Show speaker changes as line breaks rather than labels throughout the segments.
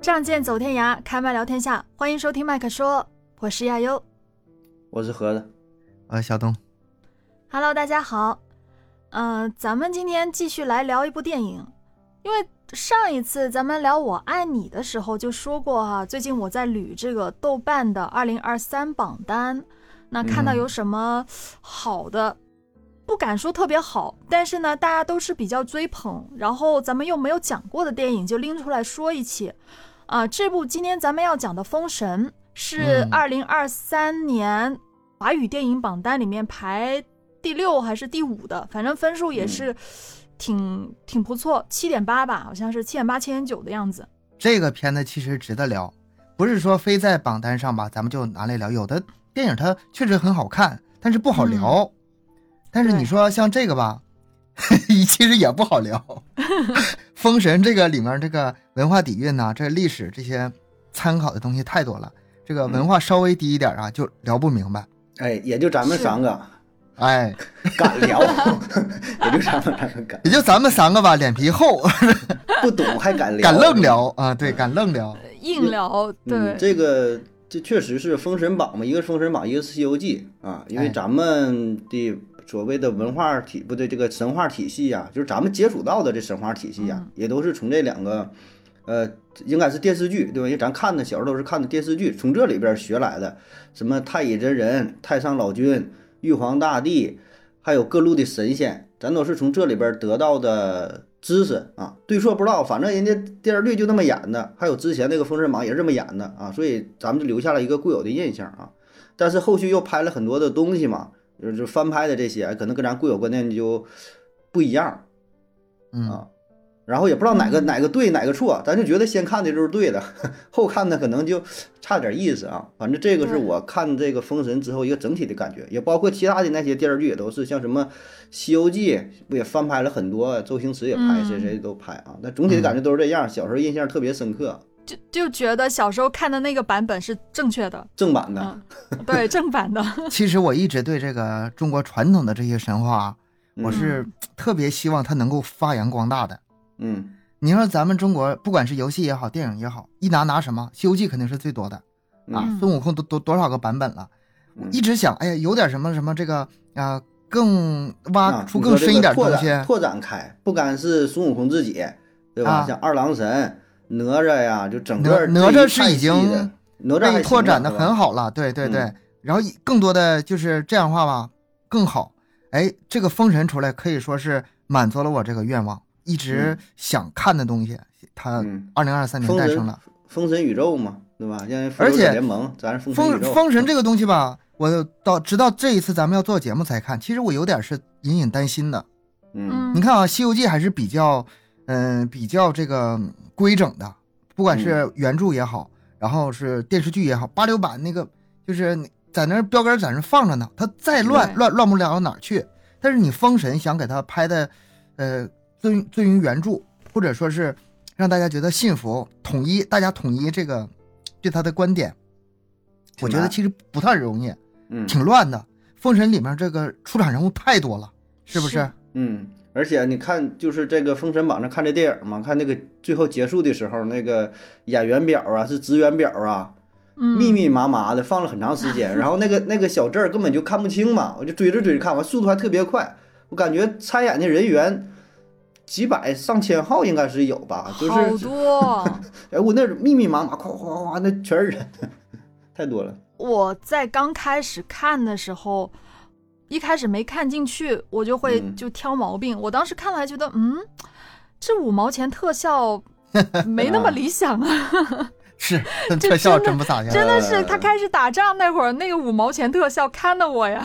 仗剑走天涯，开麦聊天下，欢迎收听麦克说，我是亚优。
我是盒子，
啊，小东，
Hello，大家好。呃，咱们今天继续来聊一部电影，因为上一次咱们聊《我爱你》的时候就说过哈、最近我在捋这个豆瓣的2023榜单，那看到有什么好的，不敢说特别好，但是呢，大家都是比较追捧，然后咱们又没有讲过的电影就拎出来说一起。啊、这部今天咱们要讲的《封神》是
嗯
2023年华语电影榜单里面排第六还是第五的，反正分数也是挺、挺不错，七点八吧，好像是七点八、七点九的样子。
这个片子其实值得聊，不是说非在榜单上吧，咱们就拿来聊。有的电影它确实很好看，但是不好聊。但是
对
你说像这个吧， 其实也不好聊。封神这个里面这个文化底蕴呐、这个历史这些参考的东西太多了，这个文化稍微低一点啊，就聊不明白。
哎，也就咱们
是
三 个
哎，
敢聊， 也就咱们三个敢，
也就咱们三个吧，脸皮厚，
不懂还敢聊，
敢愣聊啊，对，敢愣聊。
硬聊，对，
嗯，这个这确实是《封神榜》嘛，一个是《封神榜》，一个是《西游记》啊，因为
哎
咱们的所谓的文化体不对，这个神话体系呀、就是咱们接触到的这神话体系呀、啊
嗯
也都是从这两个，呃，应该是电视剧对吧？因为咱看的小时候都是看的电视剧，从这里边学来的，什么太乙真人、太上老君、玉皇大帝，还有各路的神仙，咱都是从这里边得到的知识啊，对错不知道，反正人家电视剧就那么演的，还有之前那个《封神榜》也是这么演的啊，所以咱们就留下了一个固有的印象啊。但是后续又拍了很多的东西嘛，就是翻拍的这些，可能跟咱固有观念就不一样
嗯，
啊。然后也不知道
嗯
哪个哪个对哪个错，咱就觉得先看的就是对的， 后看的可能就差点意思啊。反正这个是
对
我看这个《封神》之后一个整体的感觉，也包括其他的那些电视剧也都是，像什么《西游记》不也翻拍了很多，周星驰也拍，谁
嗯
谁都拍啊。但总体的感觉都是这样，小时候印象特别深刻，
就就觉得小时候看的那个版本是正确的，
正版的。
嗯，对，正版的，
其实我一直对这个中国传统的这些神话啊、我
嗯
是特别希望它能够发扬光大的。
嗯
你说咱们中国，不管是游戏也好，电影也好，一拿拿什么《西游记》肯定是最多的啊
嗯，
孙悟空都多多少个版本了，
嗯
一直想，哎呀，有点什么什么这个啊、更
啊
挖出
你
更
说这
深一
个
点的
拓
东
展
西，
拓展开，不光是孙悟空自己，对吧？
啊
像二郎神、哪吒呀，就整个
哪
这一
哪吒是
派
已
系
经
的哪吒还
被拓
行
展的
了是吧
很好了，对对对
嗯。
然后更多的就是这样的话吧，更好。哎，这个封神出来可以说是满足了我这个愿望，一直想看的东西，它
嗯，
二零二三年
封
诞生
神
了。
封神宇宙嘛，对吧？像复
而
仇
且
者联盟，咱是封神宇
封
宙。
封神这个东西吧，我到直到这一次咱们要做节目才看，其实我有点是隐隐担心的。
嗯
嗯，
你看啊，《西游记》还是比较，嗯、比较这个嗯规整的，不管是原著也好，然后是电视剧也好，八六版那个就是你在那儿标杆在那儿放着呢，它再乱
对
乱乱不了到哪儿去。但是你《封神》想给它拍的，呃，遵遵于原著，或者说是让大家觉得信服、统一，大家统一这个对他的观点，
挺
我觉得
难
其实不太容易，
嗯
挺乱的。《封神》里面这个出场人物太多了，是不
是
是？
嗯，而且你看，就是这个《封神榜》上看这电影嘛，看那个最后结束的时候，那个演员表啊，是职员表啊，
嗯，
密密麻麻的放了很长时 间，然后那个那个小字儿根本就看不清嘛，我就追着追着看，完速度还特别快，我感觉参演的人员几百上千号应该是有吧，就
好
是
多。
哎我那儿密密麻麻，夸夸夸夸，那全是人， 太多了，
我在刚开始看的时候，一开始没看进去，我就会
嗯
就挑毛病。我当时看了还觉得，嗯，这五毛钱特效没
嗯
那么理想啊，
是，
这
特效
真的
真不咋样。
真的
嗯
是他开始打仗那会儿，那个五毛钱特效看的我呀，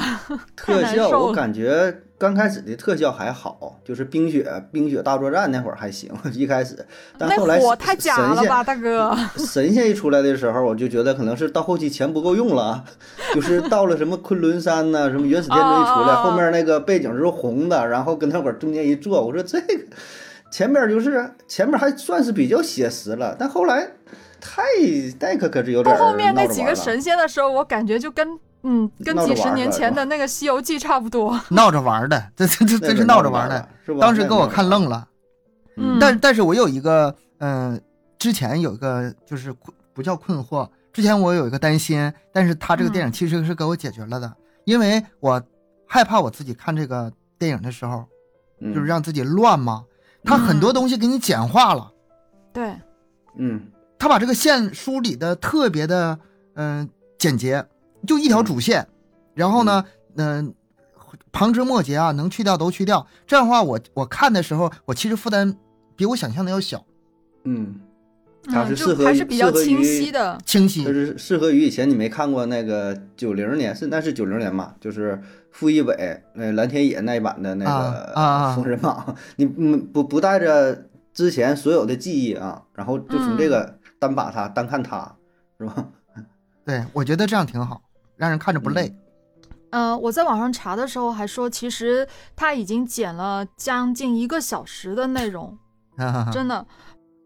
太
特
难
效
受
我
了。
感觉刚开始的特效还好，就是冰雪冰雪大作战那会儿还行， 一开始，但后来
那火
神
太假了吧，大 哥！
神仙一出来的时候，我就觉得可能是到后期钱不够用了啊， 就是到了什么昆仑山呐、什么原始天尊一出
啊
来，
啊啊
后面那个背景是红的，然后跟那会儿中间一坐，我说这个前面就是前面还算是比较写实了，但后来太那可可是有点
到
儿
后面那
闹着
几
玩
个
了
神仙的时候，我感觉就跟嗯跟
闹着
几
玩
十
儿
年
了
前
是吧
的那个《西游记》差不多。
闹着玩儿的，这这这
那
真
会
是
儿
闹着
着
玩儿
儿
的。
了，是吧？
当时
那
给
会
我
儿
看愣了，
嗯
但但是我有一个嗯、之前有一个就是困不叫困惑，之前我有一个担心，但是他这个电影
嗯
其实是给我解决了的，因为我害怕我自己看这个电影的时候，
嗯
就是让自己乱嘛。他很
嗯
多东西给你简化了，
对，
嗯
他把这个线梳理的特别的嗯、简洁，就一条
嗯
主线，然后呢，嗯、旁枝末节啊，能去掉都去掉。这样的话我，我看的时候，我其实负担比我想象的要小，
嗯，它
嗯，
是适
就
合
还
于
是比较
适合于
清晰的，
清
就
晰。
是适合于以前你没看过那个九零年是那是九零年吧，就是傅艺伟呃蓝天野那一版的那
啊啊啊
个《封神榜》 你嗯不不带着之前所有的记忆啊，然后就从这
嗯
个单把它、单看它是吧？
对我觉得这样挺好，让人看着不累。
呃，我在网上查的时候还说，其实他已经剪了将近一个小时的内容，
嗯
啊，
真的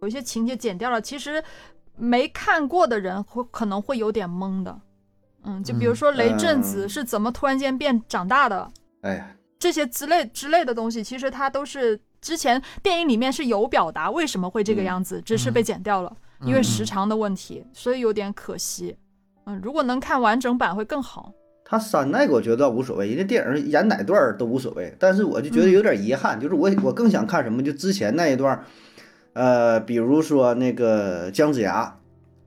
有一些情节剪掉了。其实没看过的人会可能会有点懵的，嗯，就比如
嗯
说雷震子
嗯
是怎么突然间变长大的，
哎呀，
这些之类之类的东西，其实它都是之前电影里面是有表达为什么会这个
嗯
样子，只是被剪掉了，因为时长的问题，所以有点可惜。嗯，如果能看完整版会更好。
他删那个我觉得倒无所谓，人家电影演哪段儿都无所谓，但是我就觉得
嗯
有点遗憾，就是我我更想看什么，就之前那一段儿，呃，比如说那个姜子牙，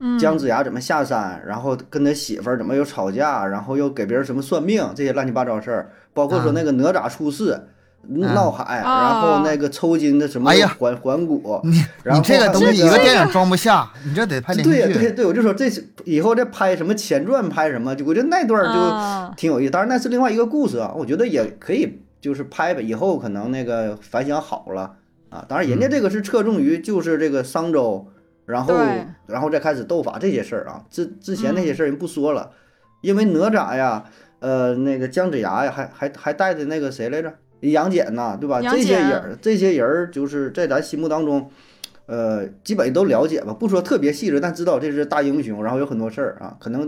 嗯，
姜子牙怎么下山，然后跟他媳妇儿怎么又吵架，然后又给别人什么算命这些乱七八糟事儿，包括
啊
说那个哪吒出世、闹海，
啊
然后那个抽筋的什么
哦哎呀
环环骨，
你
然后
你这个东西一
还有
个
那
电影装不下，你这得拍连
对呀
续
对
剧。
呀对，我就说这是以后再拍什么前传拍什么，就我觉得那段儿就
啊
挺有意思，当然那是另外一个故事啊，我觉得也可以就是拍吧，以后可能那个反响好了啊，当然人家这个是侧重于就是这个商周，然后
对
然后再开始斗法这些事儿啊，之之前那些事儿人不说了，因为哪吒呀，呃那个姜子牙呀，还还还带的那个谁来着，杨戬呐、对吧？
杨
这些
戬啊
人儿这些人儿就是在咱心目当中。呃，基本都了解吧，不说特别细致，但知道这是大英雄，然后有很多事儿啊，可能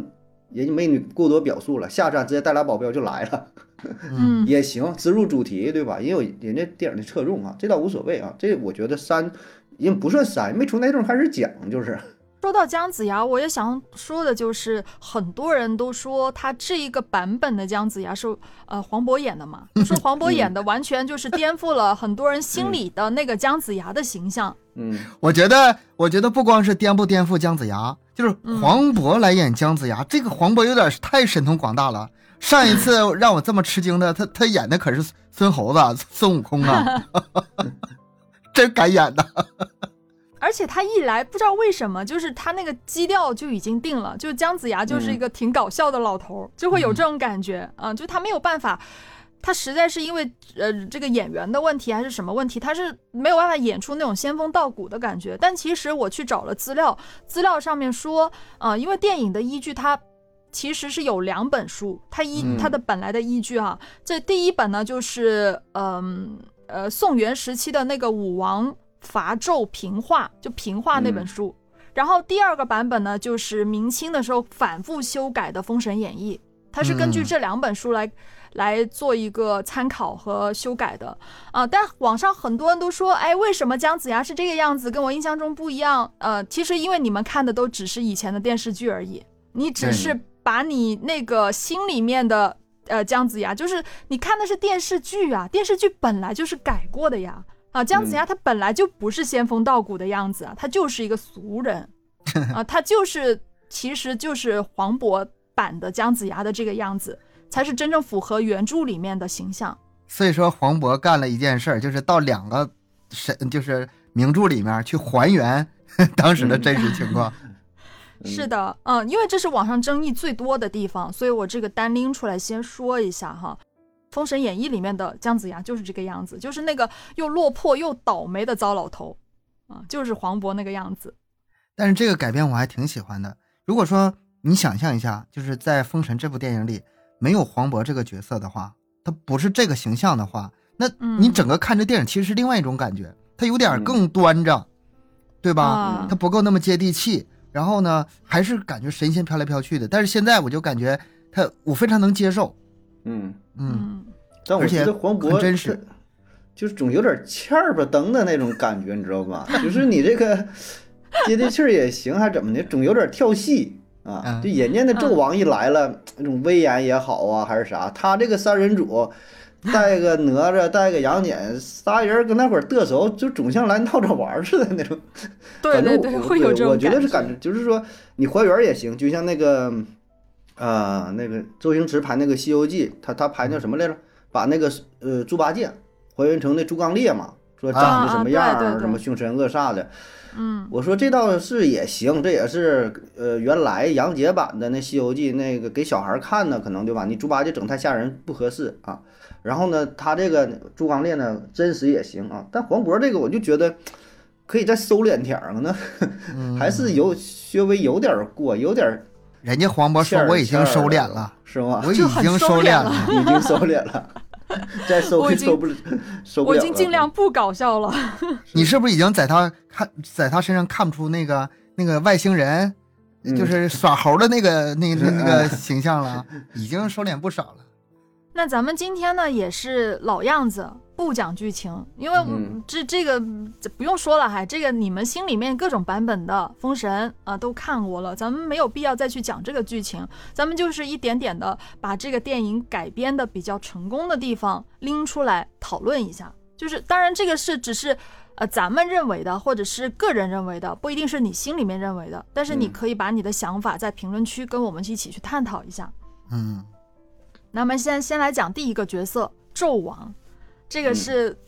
人家没你过多表述了，下站直接带俩保镖就来了，
嗯，
也行，植入主题对吧？也有人家电影的侧重啊，这倒无所谓啊，这我觉得删，人不算删，没从那地方开始讲，就是，
说到姜子牙，我也想说的就是，很多人都说他这一个版本的姜子牙是呃黄渤演的嘛，说黄渤演的完全就是颠覆了很多人心里的那个姜子牙的形象。
嗯，
我觉得，我觉得不光是颠不颠覆姜子牙，就是黄渤来演姜子牙，这个黄渤有点太神通广大了。上一次让我这么吃惊的，他他演的可是孙猴子、孙悟空啊，真敢演呐！
而且他一来，不知道为什么，就是他那个基调就已经定了，就是姜子牙就是一个挺搞笑的老头儿，就会有这种感觉啊、就他没有办法，他实在是因为呃这个演员的问题还是什么问题，他是没有办法演出那种仙风道骨的感觉。但其实我去找了资料，资料上面说啊、因为电影的依据它。其实是有两本书，它依
嗯
它的本来的依据哈、这第一本呢就是嗯呃宋元时期的那个武王伐纣平话，就平话那本
嗯
书。然后第二个版本呢，就是明清的时候反复修改的《封神演义》，它是根据
嗯
这两本书来、来做一个参考和修改的啊。但网上很多人都说，哎，为什么姜子牙是这个样子，跟我印象中不一样？呃，其实因为你们看的都只是以前的电视剧而已，你只
对
是把你那个心里面的呃姜子牙，就是你看的是电视剧啊，电视剧本来就是改过的呀。啊，姜
嗯
子牙他本来就不是仙风道骨的样子啊，他就是一个俗 人啊，他就是其实就是黄渤版的姜子牙的这个样子，才是真正符合原著里面的形象。
所以说，黄渤干了一件事儿，就是到两个神，就是名著里面去还原 当时的真实情况。
嗯
是的，嗯，因为这是网上争议最多的地方，所以我这个单拎出来先说一下哈。《封神演义》里面的姜子牙就是这个样子，就是那个又落魄又倒霉的糟老头，啊，就是黄渤那个样子。
但是这个改编我还挺喜欢的。如果说你想象一下，就是在《封神》这部电影里没有黄渤这个角色的话，他不是这个形象的话，那你
嗯
整个看这电影其实是另外一种感觉，他有点儿
嗯
更端着，对吧？
啊
他不够那么接地气，然后呢，还是感觉神仙飘来飘去的。但是现在我就感觉他，我非常能接受，
嗯，
嗯，
嗯，
但我
而且
觉得黄渤
很真实
他 就是总有点欠儿吧登的那种感觉，你知道吧？就是你这个接地气儿也行，还怎么的，总有点跳戏啊。
嗯
就人家那纣王一来了，那种威严也好啊，还是啥，他这个三人 组。带个哪吒，带个杨撵，仨人搁那会儿嘚瑟，就总像来闹着玩儿似的那种。
对
反正
对
我
对，
我
会有这种
我觉得是感觉，就是说你还原也行，就像那个，啊，那个周星驰拍那个《西游记》，他他拍那什么来着？把那个呃猪八戒还原成那猪刚鬣嘛，说长
啊
得什么
啊
样儿，
对对对
什么凶神恶煞的。
嗯
我说这倒是也行，这也是呃原来杨洁版的那《西游记》那个给小孩儿看的，可能对吧？你猪八戒整太吓人不合适啊。然后呢，他这个猪刚鬣呢真实也行啊，但黄渤这个我就觉得可以再收敛点儿啊，那
嗯
还是有稍微有点儿过，有点儿
人家黄渤
欠
说
儿
我已经
欠儿啊
收敛
的
了，，
是吗？
我已
就很
经
收
收
敛
敛
了
了。
已经收敛了，再收
我已经
收不了收不
我已
了嗯了。嗯
经尽量不搞笑了。
你是不是已经在他看，在他身上看不出那个那个外星人，
嗯
就是耍猴的那个那那那个形象了？已经收敛不少了。
那咱们今天呢也是老样子，不讲剧情，因为
嗯
这这个这不用说了，还这个你们心里面各种版本的《封神》啊都看过了，咱们没有必要再去讲这个剧情，咱们就是一点点的把这个电影改编的比较成功的地方拎出来讨论一下。就是当然这个是只是呃咱们认为的，或者是个人认为的，不一定是你心里面认为的，但是你
嗯
可以把你的想法在评论区跟我们一起去探讨一下。
嗯，
那么现在先来讲第一个角色纣王，这个
嗯
是、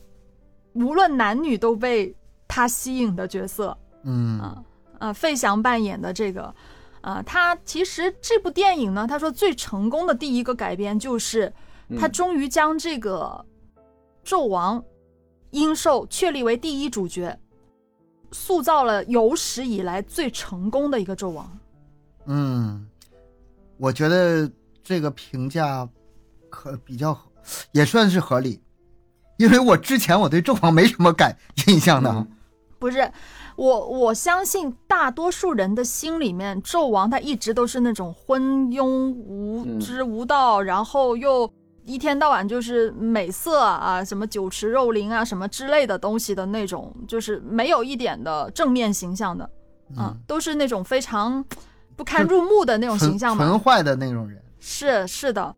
无论男女都被他吸引的角色
嗯
啊啊，费翔扮演的这个啊，他其实这部电影呢，他说最成功的第一个改编就是他
嗯
终于将这个纣王殷寿确立为第一主角，塑造了有史以来最成功的一个纣王。
嗯，我觉得这个评价可比较合也算是合理，因为我之前我对纣王没什么感印象的
嗯
啊。
不是，我我相信大多数人的心里面，纣王他一直都是那种昏庸无
嗯
知无道，然后又一天到晚就是美色啊，什么酒池肉林啊，什么之类的东西的那种，就是没有一点的正面形象的啊，
嗯，
都是那种非常不堪入目的那种
纯
形象嘛。
纯坏的那种人。
是是的，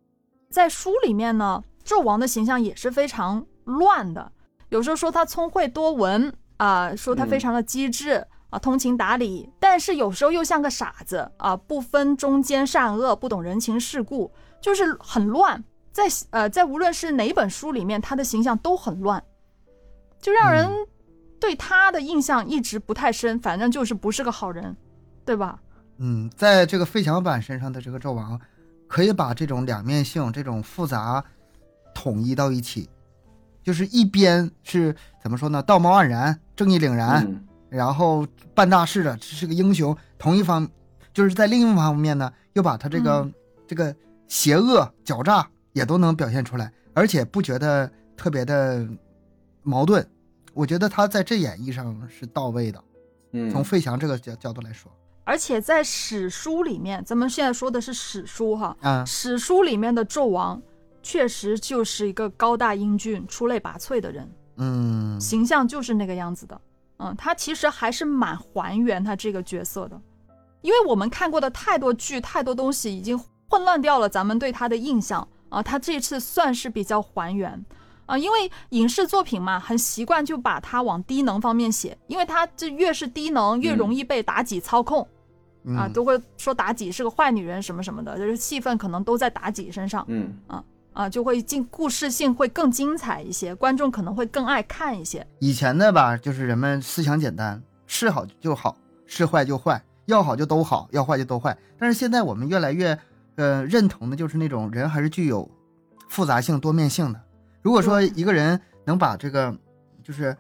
在书里面呢，纣王的形象也是非常乱的，有时候说他聪慧多闻啊、说他非
嗯
常的机智。啊，通情达理，但是有时候又像个傻子啊，不分忠奸善恶，不懂人情世故，就是很乱。在呃，在无论是哪本书里面，他的形象都很乱，就让人
嗯
对他的印象一直不太深，反正就是不是个好人，对吧？
嗯，在这个费翔版身上的这个纣王，可以把这种两面性、这种复杂统一到一起，就是一边是怎么说呢，道貌岸然、正义凛然，
嗯
然后办大事的，这是个英雄；同一方，就是在另一方面呢，又把他这个、
嗯
这个邪恶、狡诈也都能表现出来，而且不觉得特别的矛盾。我觉得他在这演绎上是到位的，
嗯，
从费翔这个角角度来说，
而且在史书里面，咱们现在说的是史书哈，
啊、
史书里面的纣王确实就是一个高大英俊、出类拔萃的人，
嗯，
形象就是那个样子的。嗯，他其实还是蛮还原他这个角色的，因为我们看过的太多剧、太多东西已经混乱掉了咱们对他的印象啊。他这次算是比较还原啊，因为影视作品嘛，很习惯就把他往低能方面写，因为他这越是低能，越容易被妲己操控。
嗯
啊，都会说妲己是个坏女人什么什么的，就是戏份可能都在妲己身上
嗯
啊，就会进故事性会更精彩一些，观众可能会更爱看一些。
以前的吧，就是人们思想简单，是好就好，是坏就坏，要好就都好，要坏就都坏。但是现在我们越来越，呃，认同的就是那种人还是具有复杂性、多面性的。如果说
对
一个人能把这个，就是，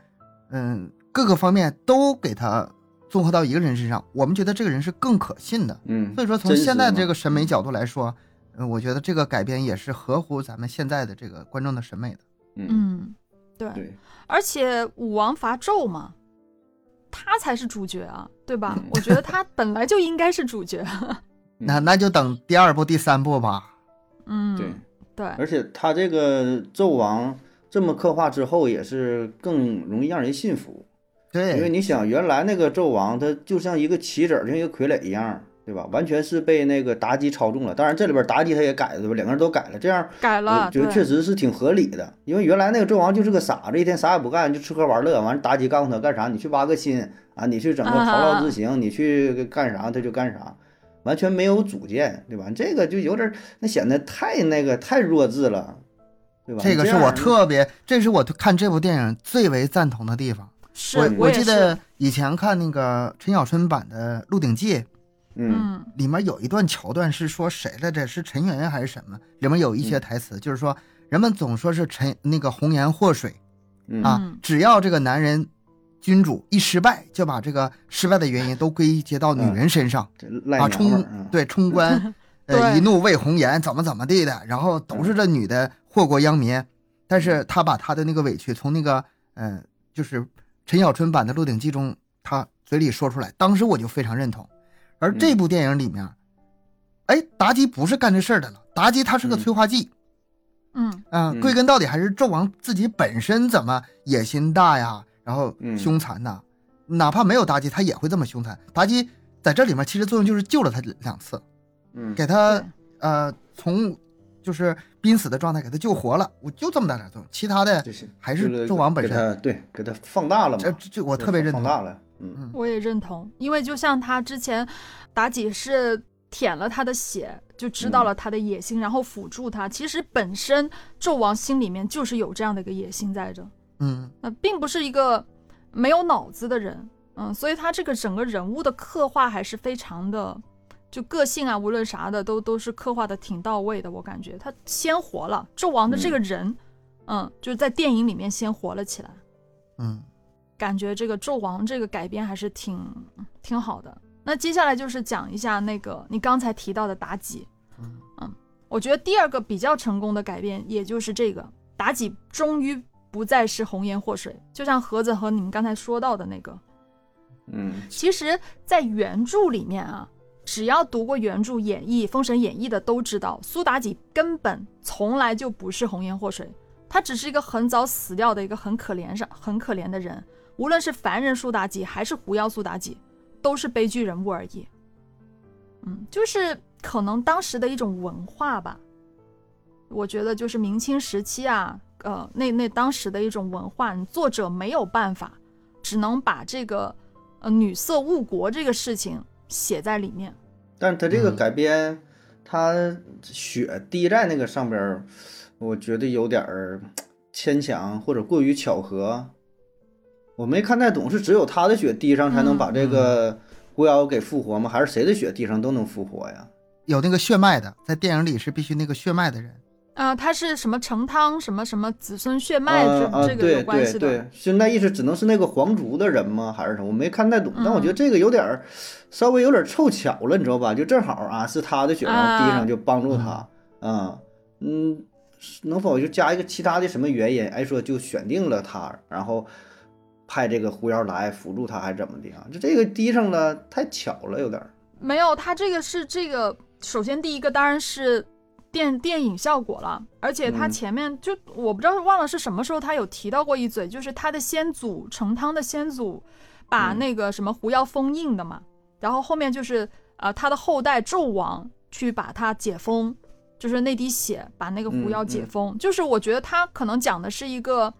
嗯，各个方面都给他综合到一个人身上，我们觉得这个人是更可信的。
嗯，
所以说，从
真实
现在
嘛
这个审美角度来说，嗯，我觉得这个改编也是合乎咱们现在的这个观众的审美的。
嗯
嗯，对，
对
而且武王伐纣嘛，他才是主角啊，对吧
嗯？
我觉得他本来就应该是主角。啊
那那就等第二部、第三部吧。
嗯，
对。
对
而且他这个纣王这么刻画之后，也是更容易让人信服。
对，
因为你想，原来那个纣王他就像一个棋子儿，就像一个傀儡一样，对吧？完全是被那个妲己操纵了。当然，这里边妲己他也改了，对吧？两个人都改了，这样
改了，
我觉得
对
确实是挺合理的。因为原来那个纣王就是个傻子，一天啥也不干，就吃喝玩乐。完，妲己告诉他干啥，你去挖个心啊，你去整个
啊
陶涝之刑，你去干啥他就干啥，完全没有主见，对吧？这个就有点儿那显得太那个太弱智了，对吧？
这个是我
样
特别，这是我看这部电影最为赞同的地方。
是
我
我也
记
是
得以前看那个陈小春版的《鹿鼎记》，
嗯
嗯
里面有一段桥段是说谁来着？是陈圆圆还是什么？里面有一
嗯
些台词，就是说人们总说是陈那个红颜祸水
嗯
啊，
嗯
只要这个男人君主一失败，就把这个失败的原因都归结到女
嗯
人身上、
这赖娘
啊，
们
冲
儿啊，
对冲冠，呃，
对
一怒为红颜，怎么怎么地的，然后都是这女的祸国殃民，但是他把他的那个委屈从那个嗯、呃就是陈小春版的《鹿鼎记》中，他嘴里说出来，当时我就非常认同。而这
嗯
部电影里面，哎，妲己不是干这事儿的了，妲己她是个
嗯
催化剂，
嗯
啊，
嗯
归根到底还是纣王自己本身怎么野心大呀，然后
嗯
凶残呐、哪怕没有妲己，他也会这么凶残。妲己在这里面其实作用就是救了他两次，
嗯，
给他
对
呃从就是濒死的状态给他救活了，我就这么大点作用，其他的
就是
还是
就是
纣王本
给
身。
他对，给他放大了嘛，
这这这我特别认
放
同，
大了，嗯
我也认同，因为就像他之前，妲己是舔了他的血，就知道
嗯
了他的野心，然后辅助他。其实本身纣王心里面就是有这样的一个野心在这，
嗯，
呃，并不是一个没有脑子的人，嗯，所以他这个整个人物的刻画还是非常的，就个性啊，无论啥的都都是刻画的挺到位的，我感觉他鲜活了，纣王的这个人，嗯就是在电影里面鲜活了起来，
嗯，
感觉这个纣王这个改编还是挺挺好的。那接下来就是讲一下那个你刚才提到的妲己，
嗯
嗯，我觉得第二个比较成功的改编，也就是这个妲己终于不再是红颜祸水，就像盒子和你们刚才说到的那个，
嗯
其实，在原著里面啊，只要读过原著演义《封神演义》的都知道，苏妲己根本从来就不是红颜祸水，她只是一个很早死掉的一个很可怜上很可怜的人。无论是凡人苏妲己还是狐妖苏妲己，都是悲剧人物而已。嗯，就是可能当时的一种文化吧。我觉得就是明清时期啊，呃，那那当时的一种文化，你作者没有办法，只能把这个呃女色误国这个事情写在里面。
但是他这个
嗯
改编，他血滴在那个上边儿，我觉得有点儿牵强或者过于巧合。我没看太懂，是只有他的血滴上才能把这个狐妖给复活吗？还是谁的血滴上都能复活呀？
有那个血脉的，在电影里是必须那个血脉的人，
啊、它是什么成汤什么什么子孙血脉这、
啊啊，
这个有
对
关
对
系的。
对，是那意思只能是那个皇族的人吗？还是什么？我没看太懂，但我觉得
嗯
这个有点儿稍微有点儿凑巧了，你知道吧？就正好啊，是他的血，然后滴
啊
上就帮助他，啊，嗯，是能否就加一个其他的什么原因？哎，说就选定了他，然后派这个狐妖来辅助他，还是怎么的啊？就这个滴上了，太巧了，有点儿。
没有，它这个是这个，首先第一个当然是电电影效果了，而且它
嗯
前面就、我不知道忘了是什么时候他有提到过一嘴，就是他的先祖成汤的先祖把
嗯
那个什么狐妖封印的嘛，然后后面就是呃他的后代纣王去把它解封，就是那滴血把那个狐妖
嗯
解封，就是我觉得他可能讲的是一个。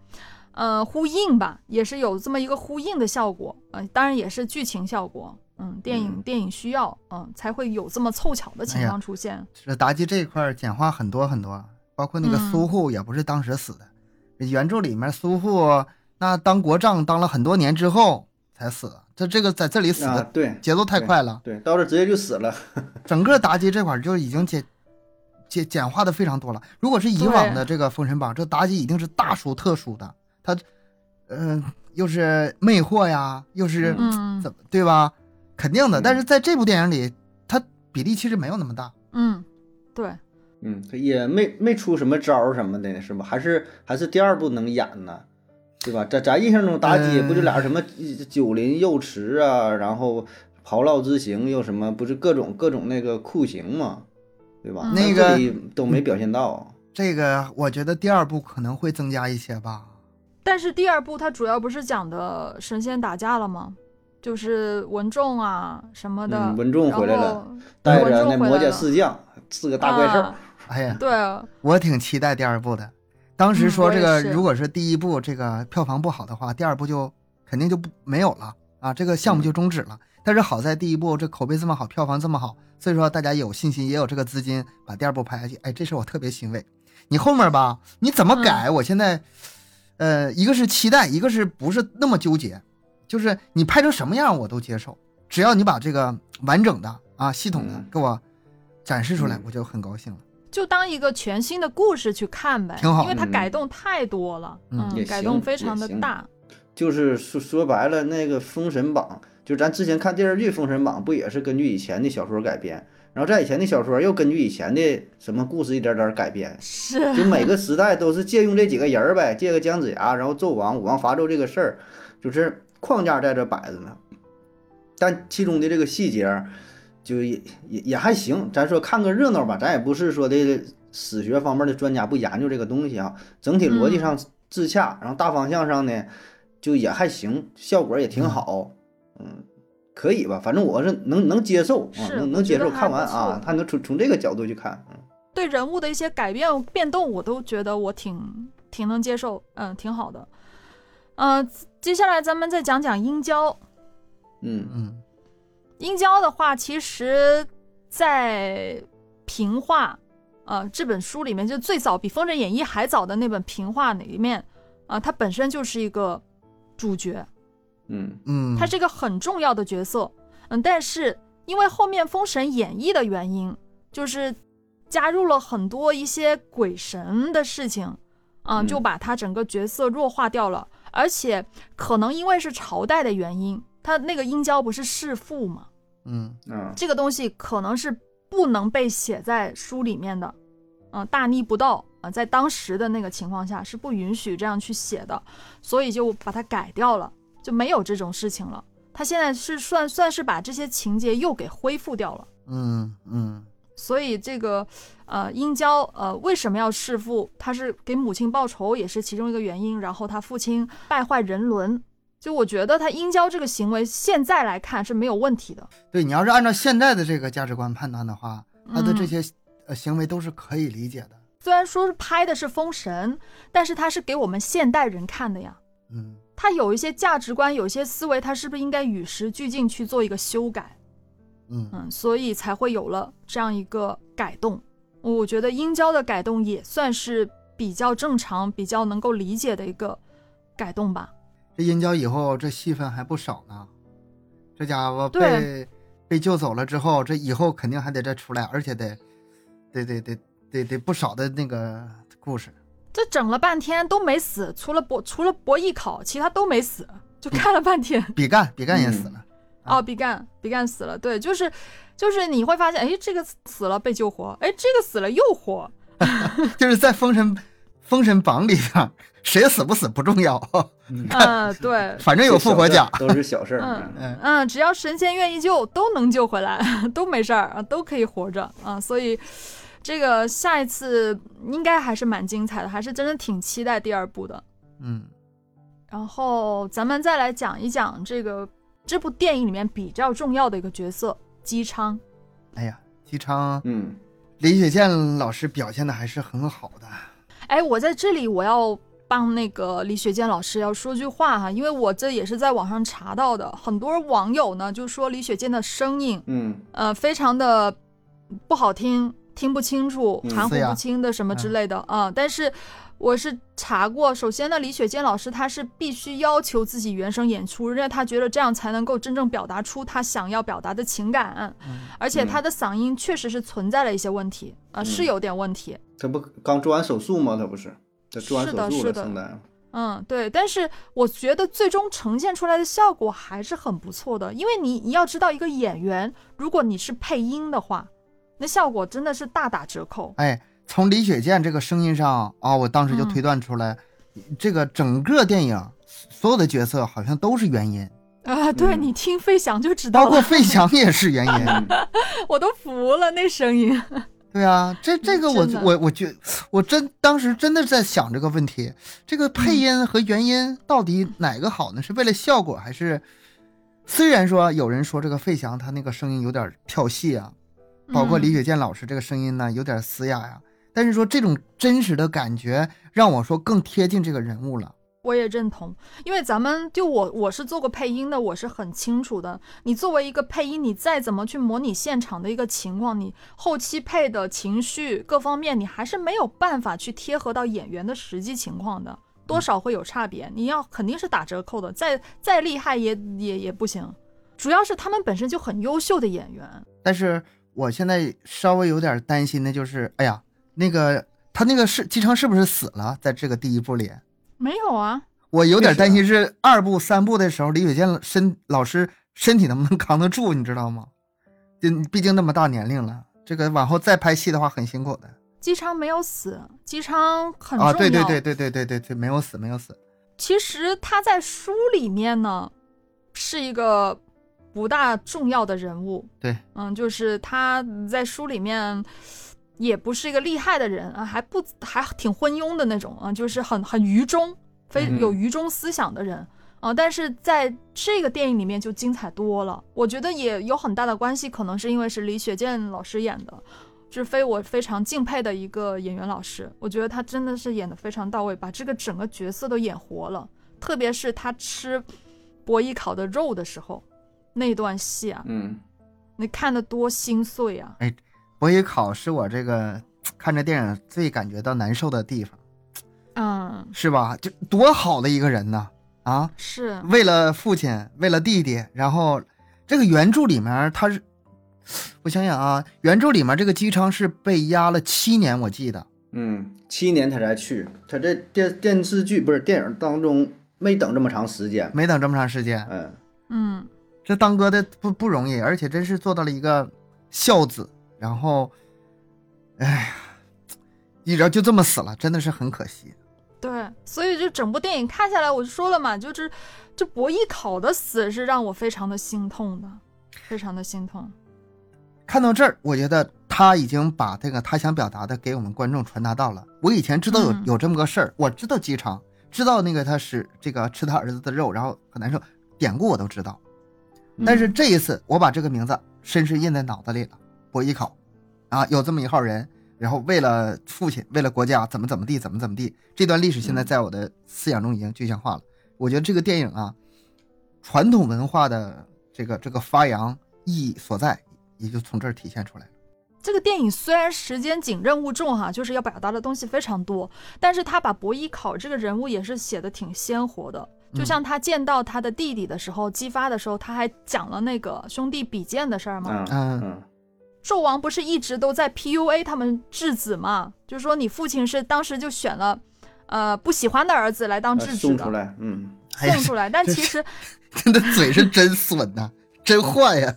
呃，呼应吧，也是有这么一个呼应的效果，嗯、当然也是剧情效果，嗯，电影、
嗯
电影需要，嗯，才会有这么凑巧的情
哎呀
况出现，
是妲己这一块儿简化很多很多，包括那个
嗯
苏护也不是当时死的，原著里面苏护那当国丈当了很多年之后才死的，这这个在这里死
啊
的，
对
节奏太快了，
对，到这直接就死了。
整个妲己这块儿就已经简简简化的非常多了。如果是以往的这个《封神榜》，这妲己一定是大书特书的，她，嗯、又是魅惑呀，又是、
嗯
怎么对吧？肯定的，
嗯
但是在这部电影里，它比例其实没有那么大。
嗯，对，
嗯，也没没出什么招儿什么的，是吧？还是还是第二部能演呢，对吧？咱咱印象中妲己
嗯
不就俩什么呃九临右池啊，然后刨涝之刑又什么，不是各种各种那个酷刑嘛，对吧？
嗯
但
那个
这里都没表现到，
这个我觉得第二部可能会增加一些吧，
但是第二部它主要不是讲的神仙打架了吗？就是文仲啊什么的，
嗯，文仲
然后
回来了，，带
文
着
仲
那
回
魔
来
界
了
四将四个大怪兽，
啊
哎呀，
对啊，
我挺期待第二部的。当时说这
嗯我
个，
也是
如果是第一部这个票房不好的话，第二部就肯定就不没有了啊，这个项目就终止了。但是好在第一部这口碑这么好，票房这么好，所以说大家有信心，也有这个资金把第二部拍下去。哎，这是我特别欣慰。你后面吧，你怎么改？
嗯
我现在，呃，一个是期待，一个是不是那么纠结，就是你拍成什么样我都接受，只要你把这个完整的啊系统的
嗯
给我展示出来
嗯，
我就很高兴了。
就当一个全新的故事去看呗，
挺好
因为它
嗯
改动太多了，
嗯
嗯，
也
改
行
动非常的
也行
大，
就是说说白了，那个《封神榜》，就咱之前看电视剧《封神榜》，不也是根据以前的小说改编，然后在以前的小说又根据以前的什么故事一点点改 编，
是
就每个时代都是借用这几个人儿呗，借个姜子牙，然后纣王、武王伐纣这个事儿，就是框架在这摆着呢。但其中的这个细节儿，就也也也还行，咱说看个热闹吧，咱也不是说的史学方面的专家不研究这个东西啊，整体逻辑上自洽，然后大方向上呢，就也还行，效果也挺好，嗯。可以吧，反正我是能能接受啊，
是
能
我
能
觉
接
得
受，
还
看
不
完啊
错，
他能从从这个角度去看，嗯。
对人物的一些改变变动，我都觉得我挺挺能接受，嗯，挺好的。呃，接下来咱们再讲讲殷郊。
嗯
嗯
殷郊的话，其实，在评话，呃，这本书里面，就最早比《封神演义》还早的那本评话里面，啊、他本身就是一个主角，
嗯
嗯，
他是一个很重要的角色。嗯，但是因为后面《封神演义》的原因，就是加入了很多一些鬼神的事情，啊、
嗯
就把他整个角色弱化掉了。而且可能因为是朝代的原因，他那个殷郊不是弑父嘛，
嗯。
啊，
这个东西可能是不能被写在书里面的，嗯、大逆不道啊、在当时的那个情况下是不允许这样去写的，所以就把它改掉了，就没有这种事情了。他现在是算算是把这些情节又给恢复掉了，
嗯嗯
所以这个呃殷郊呃为什么要弑父？他是给母亲报仇，也是其中一个原因。然后他父亲败坏人伦，就我觉得他殷郊这个行为现在来看是没有问题的。，
对，你要是按照现在的这个价值观判断的话，他的
嗯
这些呃行为都是可以理解的。
虽然说是拍的是封神，但是它是给我们现代人看的呀。
嗯，
它有一些价值观，有一些思维，它是不是应该与时俱进去做一个修改？
嗯，
嗯，所以才会有了这样一个改动。我觉得殷郊的改动也算是比较正常、比较能够理解的一个改动吧。
这殷郊以后这戏份还不少呢，这家伙
对
被被救走了之后，这以后肯定还得再出来，而且得得得得得得不少的那个故事。
这整了半天都没死，除了博除了博弈考，其他都没死，就看了半天。
比干，比干也
嗯
死了。啊
哦，比干，比干死了，对，就是，就是你会发现，哎，这个死了被救活，哎，这个死了又活，嗯
就是在《封神》《封神榜》里边，谁死不死不重要，
嗯，对，
反正 有复活甲。
这小事儿都是小事儿。
嗯
嗯
嗯，
嗯，只要神仙愿意救，都能救回来， 都没事儿啊，都可以活着啊，所以这个下一次应该还是蛮精彩的，还是真的挺期待第二部的。
嗯
然后咱们再来讲一讲这个这部电影里面比较重要的一个角色姬昌，
哎呀，姬昌
嗯
李雪健老师表现的还是很好的。
哎，我在这里我要帮那个李雪健老师要说句话哈，因为我这也是在网上查到的，很多网友呢就说李雪健的声音，
嗯
呃，非常的不好听，听不清楚，
嗯
含糊
是呀
不清的什么之
嗯
类的啊、但是我是查过，首先呢，李雪健老师他是必须要求自己原声演出，因为他觉得这样才能够真正表达出他想要表达的情感，
嗯
而且
嗯
他的嗓音确实是存在了一些问题啊、是
嗯
有点问题。
他不刚做完手术吗？他不是，他做完
是
手
的
术
是
了，
的
圣诞。
嗯，对，但是我觉得最终呈现出来的效果还是很不错的，因为你你要知道，一个演员，如果你是配音的话，那效果真的是大打折扣。
哎，从李雪健这个声音上啊，我当时就
嗯
推断出来，这个整个电影所有的角色好像都是原因，
啊，对
嗯
你听飞翔就知
包
道
括
了，
费翔也是原因。
嗯
我都服了那声音。
对啊，这这个我
嗯真的
我我觉我真当时真的在想这个问题，这个
嗯
配音和原音到底哪个好呢？是为了效果还是？虽然说有人说这个费翔他那个声音有点跳戏啊，包括李
嗯
雪健老师这个声音呢有点嘶哑呀、但是说这种真实的感觉让我说更贴近这个人物了。
我也认同，因为咱们就我我是做过配音的，我是很清楚的。你作为一个配音，你再怎么去模拟现场的一个情况，你后期配的情绪各方面，你还是没有办法去贴合到演员的实际情况的，
嗯
多少会有差别。你要肯定是打折扣的，再再厉害也也也不行。主要是他们本身就很优秀的演员，
但是我现在稍微有点担心的就是，哎呀，那个他那个是姬昌是不是死了？在这个第一部里，
没有啊，
我有点
确实啊
担心是二部、三部的时候，李雪健身老师身体能不能扛得住，你知道吗？就毕竟那么大年龄了，这个往后再拍戏的话很辛苦的
姬昌没有死，姬昌很重要。
啊！对对对对对对对对，没有死，没有死。
其实他在书里面呢，是一个不大重要的人物。
对，
嗯，就是他在书里面也不是一个厉害的人啊，还不还挺昏庸的那种啊，就是很很愚忠，非
嗯
有愚忠思想的人。啊，但是在这个电影里面就精彩多了，我觉得也有很大的关系，可能是因为是李雪健老师演的，是非我非常敬佩的一个演员老师，我觉得他真的是演的非常到位，把这个整个角色都演活了。特别是他吃博弈烤的肉的时候，那段戏啊，
嗯，
你看得多心碎啊！
博弈考是我这个看这电影最感觉到难受的地方，
嗯，
是吧？就多好的一个人呐啊！
是，
为了父亲，为了弟弟，然后这个原著里面他是，我想想啊，原著里面这个姬昌是被压了七年，我记得。
嗯，七年他才去，他这电电视剧不是电影当中没等这么长时间。
没等这么长时间，
嗯，
嗯，
这当哥的不不容易，而且真是做到了一个孝子。然后，哎呀，你知道就这么死了，真的是很可惜。
对，所以就整部电影看下来，我就说了嘛，就是这博弈烤的死是让我非常的心痛的，非常的心痛。
看到这儿，我觉得他已经把这个他想表达的给我们观众传达到了。我以前知道有、
嗯
有这么个事儿，我知道姬昌，知道那个他是这个吃他儿子的肉，然后很难受，典故我都知道。但是这一次，我把这个名字深深印在脑子里了。博弈考，啊，有这么一号人，然后为了父亲，为了国家，怎么怎么地，怎么怎么地，这段历史现在在我的思想中已经具象化了。我觉得这个电影啊，传统文化的这个这个发扬意义所在，也就从这儿体现出来了。
这个电影虽然时间紧、任务重哈，就是要表达的东西非常多，但是他把博弈考这个人物也是写的挺鲜活的。就像他见到他的弟弟的时候，姬发的时候，他还讲了那个兄弟比剑的事儿嘛。
嗯
嗯
嗯
纣王不是一直都在 PUA 他们质子嘛？就说你父亲是当时就选了，呃，不喜欢的儿子来当
呃
质子
送
的，
出来，嗯，
哎呀
送出来。但
这
其 实
他的嘴是真损呐、真坏呀、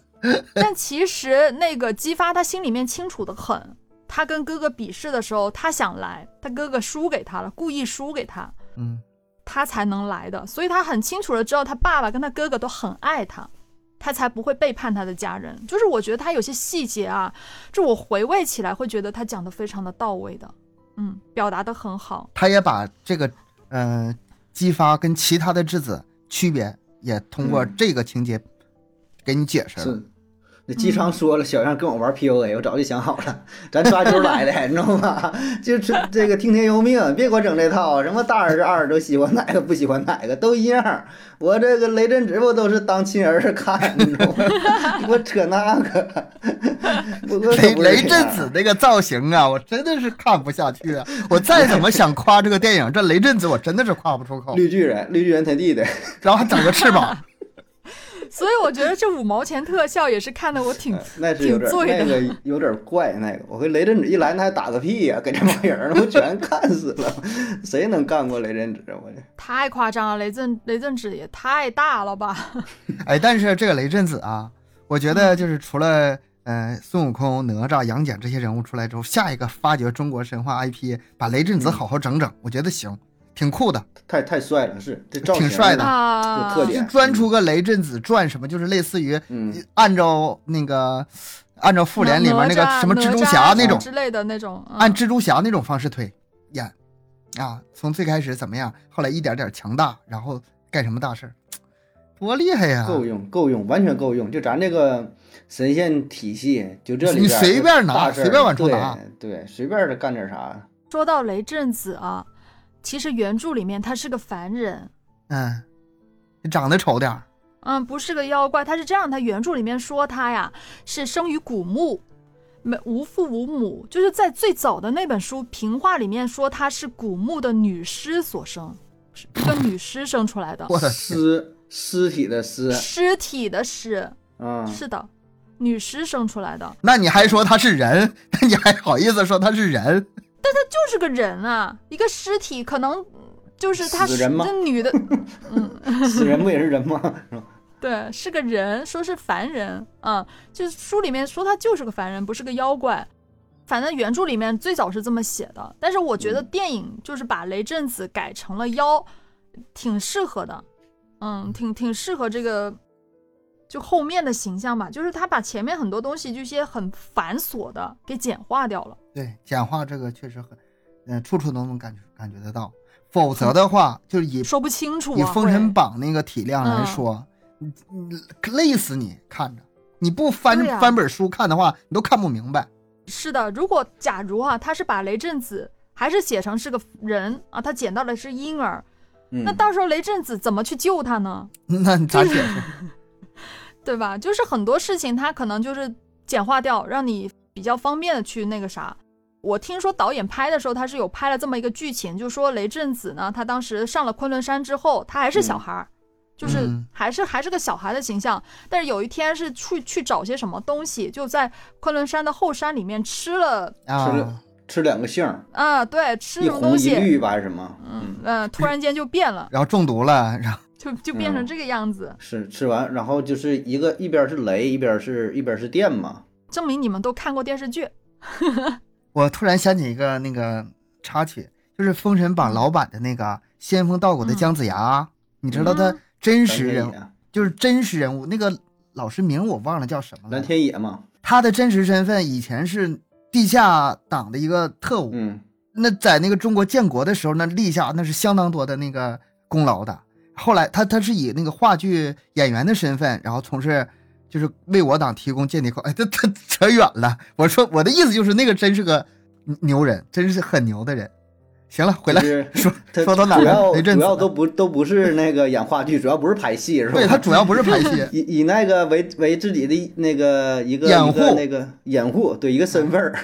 但其实那个姬发他心里面清楚的很，他跟哥哥比试的时候，他想来，他哥哥输给他了，故意输给他，
嗯，
他才能来的。所以他很清楚的知道他爸爸跟他哥哥都很爱他，他才不会背叛他的家人。就是我觉得他有些细节啊，就我回味起来会觉得他讲的非常的到位的，嗯，表达的很好。
他也把这个呃姬发跟其他的质子区别，也通过
嗯
这个情节给你解释了。
是。那姬昌说了，小样跟我玩 PUA，我早就想好了，咱抓阄来的，你知道吗？就是这个听天由命，别给我整这套，什么大儿子、二儿子喜欢哪个不喜欢哪个都一样。我这个雷震子我都是当亲儿子看，你知道吗？ 我扯那个，我我可
雷
不是
雷
这
震
样
子那个造型啊，我真的是看不下去啊！我再怎么想夸这个电影，这雷震子我真的是夸不出口。
绿巨人，绿巨人他弟弟，
然后还整个翅膀，
所以我觉得这五毛钱特效也是看得我
哎
挺
那是有点
挺醉的
那个有点怪那个。我跟雷震子一来，那还打个屁呀、给这帮人儿我全干死了，谁能干过雷震子？啊我这
太夸张了，雷震雷震子也太大了吧？
哎，但是这个雷震子啊，我觉
嗯
得就是除了呃孙悟空、哪吒、杨戬这
嗯
些人物出来之后，下一个发掘中国神话 IP，把雷震子好好整整，我觉得行，挺酷的，
太太帅了，是这造型
挺帅的
啊，
有特点
就钻出个雷震子传什么，就是类似于
嗯，
按照那个按照复联里面
哪
那个
吒
什么
哪
蜘蛛
吒
侠那种，
之类的那种，嗯
按蜘蛛侠那种方式推演啊，从最开始怎么样，后来一点点强大，然后干什么大事儿，多厉害呀！
够用，够用，完全够用。就咱这个神仙体系，就这里边
你随便拿
大事儿
随便往出拿
对，对，随便的干点啥，
说到雷震子啊，其实原著里面他是个凡人，
嗯，你长得丑点儿，
嗯，不是个妖怪，他是这样，他原著里面说他呀是生于古墓，没无父无母，就是在最早的那本书评话里面说他是古墓的女尸所生，是一个女尸生出来的
我的天，
尸尸体的尸
尸体的尸，
啊，
是的，女尸生出来的，
那你还说他是人， 那你还好意思说他是人？
就是个人啊，一个尸体可能。就是他
死
是
人吗
这女的，
死人不也是人吗？ 是吧？
对，是个人，说是凡人，嗯，就是书里面说他就是个凡人，不是个妖怪。反正原著里面最早是这么写的，但是我觉
嗯
得电影就是把雷震子改成了妖，挺适合的，嗯，挺挺适合这个就后面的形象吧，就是他把前面很多东西就一些很繁琐的给简化掉了。
对，简化这个确实很，嗯、处处都能感觉感觉得到，否则的话，就是以
说不清楚、啊。
以《封神
会
榜》那个体量来
嗯
说，你你累死你看着，你不翻、
对啊
翻本书看的话，你都看不明白。
是的，如果假如哈、他是把雷震子还是写成是个人啊，他捡到的是婴儿，
嗯
那到时候雷震子怎么去救他呢？
那你咋解 释？
对吧？就是很多事情他可能就是简化掉，让你比较方便的去那个啥。我听说导演拍的时候，他是有拍了这么一个剧情，就说雷震子呢，他当时上了昆仑山之后，他还是小孩儿，就是
嗯
还是还是个小孩的形象。但是有一天是去去找些什么东西，就在昆仑山的后山里面吃了
啊，
嗯吃两个杏儿，
啊，对，吃
一
什么
红
东
一
西，
绿吧，还是什么？
嗯嗯、突然间就变了，
然后中毒了，然后
就就变
嗯
成这个样子。
是吃完，然后就是一个一边是雷，一边是一边是电嘛。
证明你们都看过电视剧，
我突然想起一个那个插曲，就是《封神
嗯
榜》老版的那个仙风道骨的姜子牙，你知道他
嗯
真
蓝
实
天
人物、
野，
就是真实人物，那个老师名我忘了叫什么
蓝
了，
天野嘛，
他的真实身份以前是地下党的一个特务，
嗯，
那在那个中国建国的时候，那立下那是相当多的那个功劳的。后来他他是以那个话剧演员的身份，然后从事就是为我党提供间谍口。哎，这这扯远了。我说我的意思就是那个真是个牛人，真是很牛的人。行了，回来
就是
说
他
说到哪儿
主
了？
要
雷震
主
子
要都不都不是那个演话剧，主要不是拍戏，是吧？，
对他主要不是拍戏
以以那个为为自己的那个一个
掩
一个
护
那个掩护，对一个身份儿，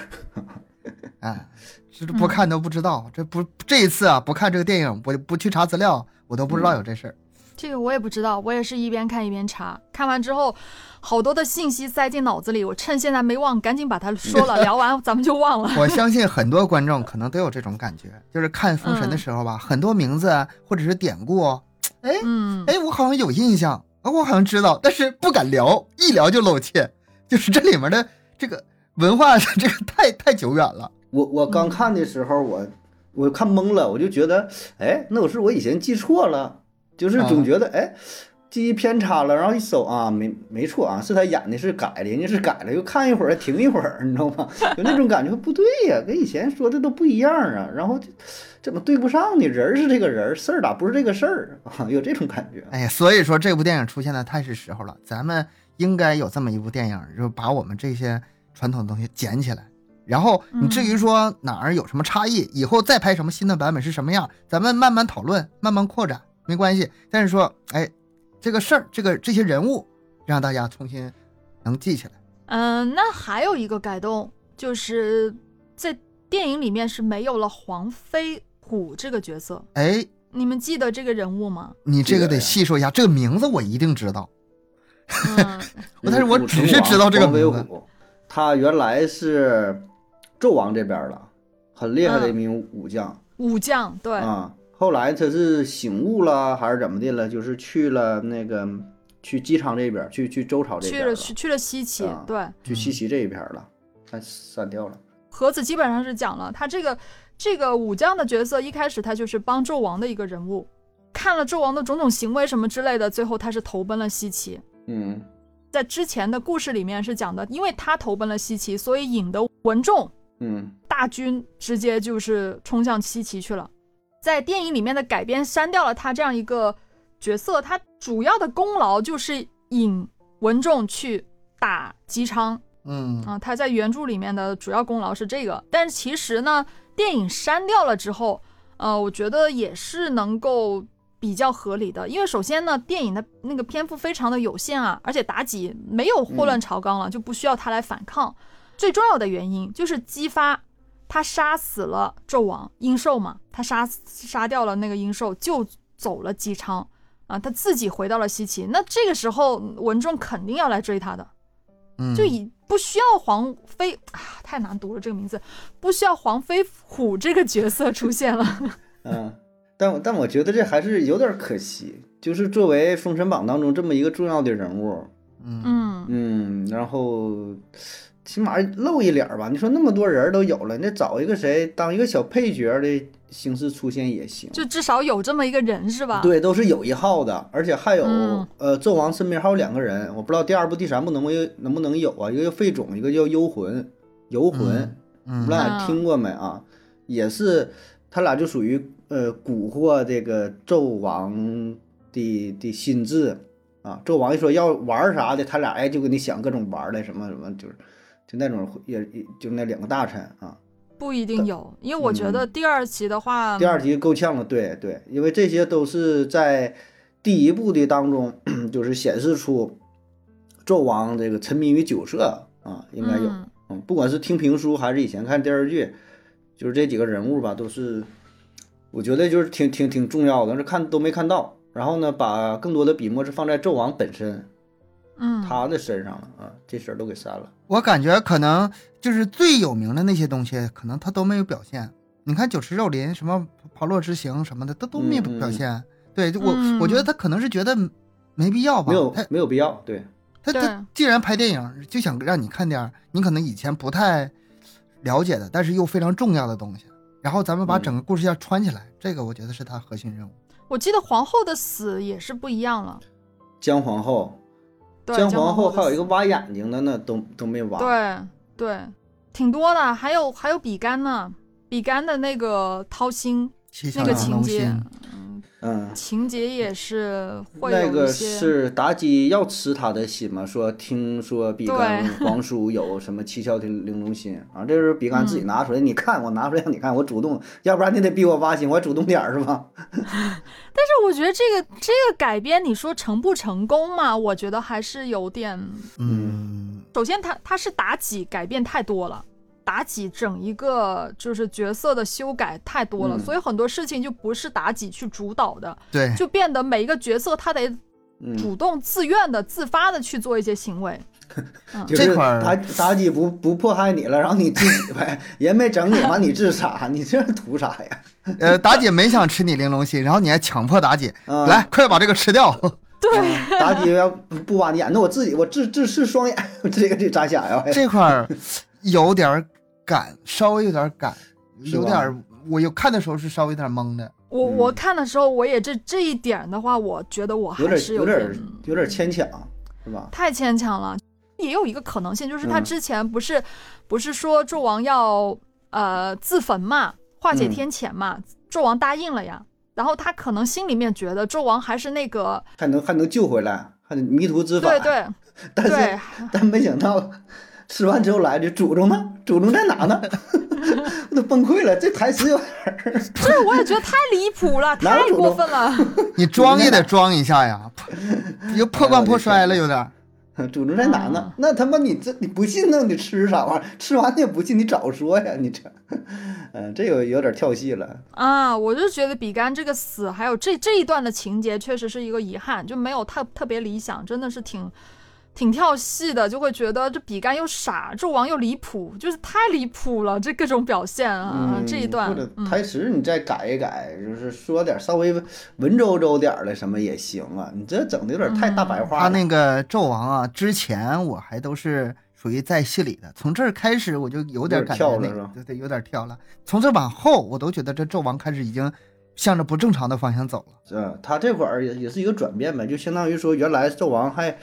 哎，这不看都不知道。这不这一次啊，不看这个电影，我就不去查资料，我都不知道有这事儿。
这个我也不知道，我也是一边看一边查，看完之后，好多的信息塞进脑子里，我趁现在没忘，赶紧把它说了，聊完咱们就忘了。
我相信很多观众可能都有这种感觉，就是看《封神》的时候吧，很多名字啊或者是典故，哎
嗯，
哎，我好像有印象，啊，我好像知道，但是不敢聊，一聊就露怯，就是这里面的这个文化， 这个太太久远了。
我我
嗯
刚看的时候，我我看懵了，我就觉得，哎，那我是我以前记错了，就是
啊
总觉得，哎，记忆偏差了。然后一搜啊，没没错啊，是他演的是改的，人家是改了，又看一会儿，停一会儿，你知道吗？有那种感觉，不对呀、跟以前说的都不一样啊。然后就怎么对不上呢？人儿是这个人儿，事儿咋不是这个事儿啊？ 有这种感觉。
哎呀，所以说这部电影出现的太是时候了，咱们应该有这么一部电影，就把我们这些传统的东西捡起来。然后你至于说哪儿有什么差异，以后再拍什么新的版本是什么样，咱们慢慢讨论，慢慢扩展，没关系。但是说，哎，这个事儿，这个这些人物，让大家重新能记起来。
嗯，那还有一个改动，就是在电影里面是没有了黄飞虎这个角色，
哎，
你们记得这个人物吗？
你这个
这个
得
呀
细说一下，这个名字我一定知道。
嗯，
但是我
武成
只是
王
知道这个
黄飞
名字
虎，他原来是纣王这边儿了，很厉
啊
害的一
嗯
名武将。
武将，对，
啊，后来他是醒悟了还是怎么的了？就是去了那个去姬昌这边儿，去去周朝这
去嗯
边儿
了
了，
去去了西岐，
啊
对，
去西岐这一边儿了，但删掉了。
盒子基本上是讲了他这个这个武将的角色，一开始他就是帮纣王的一个人物，看了纣王的种种行为什么之类的，最后他是投奔了西岐。
嗯
在之前的故事里面是讲的，因为他投奔了西岐，所以引得文仲
嗯
大军直接就是冲向西岐去了。在电影里面的改编删掉了他这样一个角色，他主要的功劳就是引文仲去打姬昌
嗯
啊，他在原著里面的主要功劳是这个。但是其实呢，电影删掉了之后，呃，我觉得也是能够比较合理的，因为首先呢，电影的那个篇幅非常的有限啊，而且妲己没有祸乱朝纲了，就不需要他来反抗。最重要的原因就是姬发他杀死了纣王殷寿嘛，他杀杀掉了那个殷寿，救走了姬昌啊，他自己回到了西岐。那这个时候嗯文仲肯定要来追他的。
嗯，
就以不需要黄飞啊，太难读了这个名字，不需要黄飞虎这个角色出现了。
嗯，但我但我觉得这还是有点可惜，就是作为《封神榜》当中这么一个重要的人物，
嗯
嗯，
嗯，然后起码露一脸儿吧。你说那么多人儿都有了，那找一个谁当一个小配角儿的形式出现也行。
就至少有这么一个人是吧？，
对，都是有一号的，而且还有、
嗯
呃，纣王身边还有两个人，我不知道第二部、第三部能不能能不能有啊？一个叫费种，一个叫幽魂，游魂，不知
嗯
道
嗯
你听过没啊？也是他俩就属于呃蛊惑这个纣王的的心智啊。纣王一说要玩儿啥的，他俩哎就给你想各种玩儿的什么什么，就是就那种也也就那两个大臣啊。
不一定有，因为我觉得第二期的话，
嗯第二集够呛了，对对，因为这些都是在第一部的当中， 就是显示出纣王这个沉迷于酒色啊，应该有。
嗯
嗯，不管是听评书还是以前看电视剧，就是这几个人物吧，都是我觉得就是挺挺挺重要的，但是看都没看到。然后呢，把更多的笔墨是放在纣王本身
嗯，
他的身上了啊，这事儿都给删了。
我感觉可能就是最有名的那些东西，可能他都没有表现。你看酒池肉林，什么炮烙之刑什么的，他都没有
嗯嗯
表现。对就我，
嗯
我觉得他可能是觉得没必要吧
没有。
他
没有必要，对，
他
对
他既然拍电影，就想让你看点儿你可能以前不太了解的，但是又非常重要的东西。然后咱们把
嗯
整个故事线穿起来，这个我觉得是他核心任务。
我记得皇后的死也是不一样了。
姜皇后，
对，
姜
皇
皇后
的
还有
死
一个挖眼睛的呢，都都没挖。
对对，挺多的，还有还有比干呢，比干的那个掏心
七巧
那个
玲
情
珑
节
心，
嗯，
嗯，
情节也是会
那
有
个
一些。
是妲己要吃他的心嘛？说听说比干
对
皇叔有什么七窍玲玲珑心啊？这是比干
嗯
自己拿出来，你看我拿出来让你看，我主动，要不然你得逼我挖心，我还主动点儿是吧？
但是我觉得这个这个改编，你说成不成功嘛？我觉得还是有点。
嗯，
首先它，它是妲己改变太多了，妲己整一个就是角色的修改太多了，
嗯
所以很多事情就不是妲己去主导的，
对，
就变得每一个角色他得
嗯，
主动、自愿的、自发的去做一些行为。
就是
这块儿
妲妲己不不迫害你了，然后你自己呗，人没整你，完你自杀，你这图啥呀？
呃，妲己没想吃你玲珑心，然后你还强迫妲己
啊，
来，快把这个吃掉。
对，
嗯妲己要不不挖你眼，那我自己我自自视双眼， 这个这咋想 呀？哎
这块儿有点儿赶，稍微有点儿赶，
是吧
有点儿，我有看的时候是稍微有点儿懵的。
我我看的时候，我也这这一点的话，我觉得我
嗯有
还
点
是
有
点
点有点牵强，是吧？
太牵强了。也有一个可能性，就是他
嗯
之前不是、不是说纣王要呃自焚嘛，化解
嗯
天谴嘛，纣王答应了呀。然后他可能心里面觉得纣王还是那个
还能还能救回来，还能迷途知返。
对对
但是
对，
但没想到吃完之后来的祖宗呢？祖宗在哪呢？ 我都崩溃了，这台词有点儿
这我也觉得太离谱了，
哪有
太
主
过
动
分了。
你装也得装一 下呀，破又破罐破摔了，有
哎
点儿。
祖宗在哪
啊
呢？那他妈你这你不信那你吃啥玩意儿？吃完你也不信，你早说呀！你这，嗯，这有有点跳戏了。
啊，我就觉得比干这个死，还有这这一段的情节，确实是一个遗憾，就没有特特别理想，真的是挺挺跳戏的，就会觉得这比干又傻，纣王又离谱，就是太离谱了，这各种表现啊，
嗯，
这一段
或者，
嗯，
台词你再改一改，就是说点稍微文绉绉点儿的什么也
嗯
行啊。你这整的有点太大白话
他
了。
那个纣王啊，之前我还都是属属于在戏里的。从这儿开始我就有点
有点
感
跳了
觉那
是
个
吧，
对对，有点跳了。从这往后，我都觉得这纣王开始已经向着不正常的方向走了。
嗯，他这会儿也也是一个转变呗，就相当于说原来纣王还，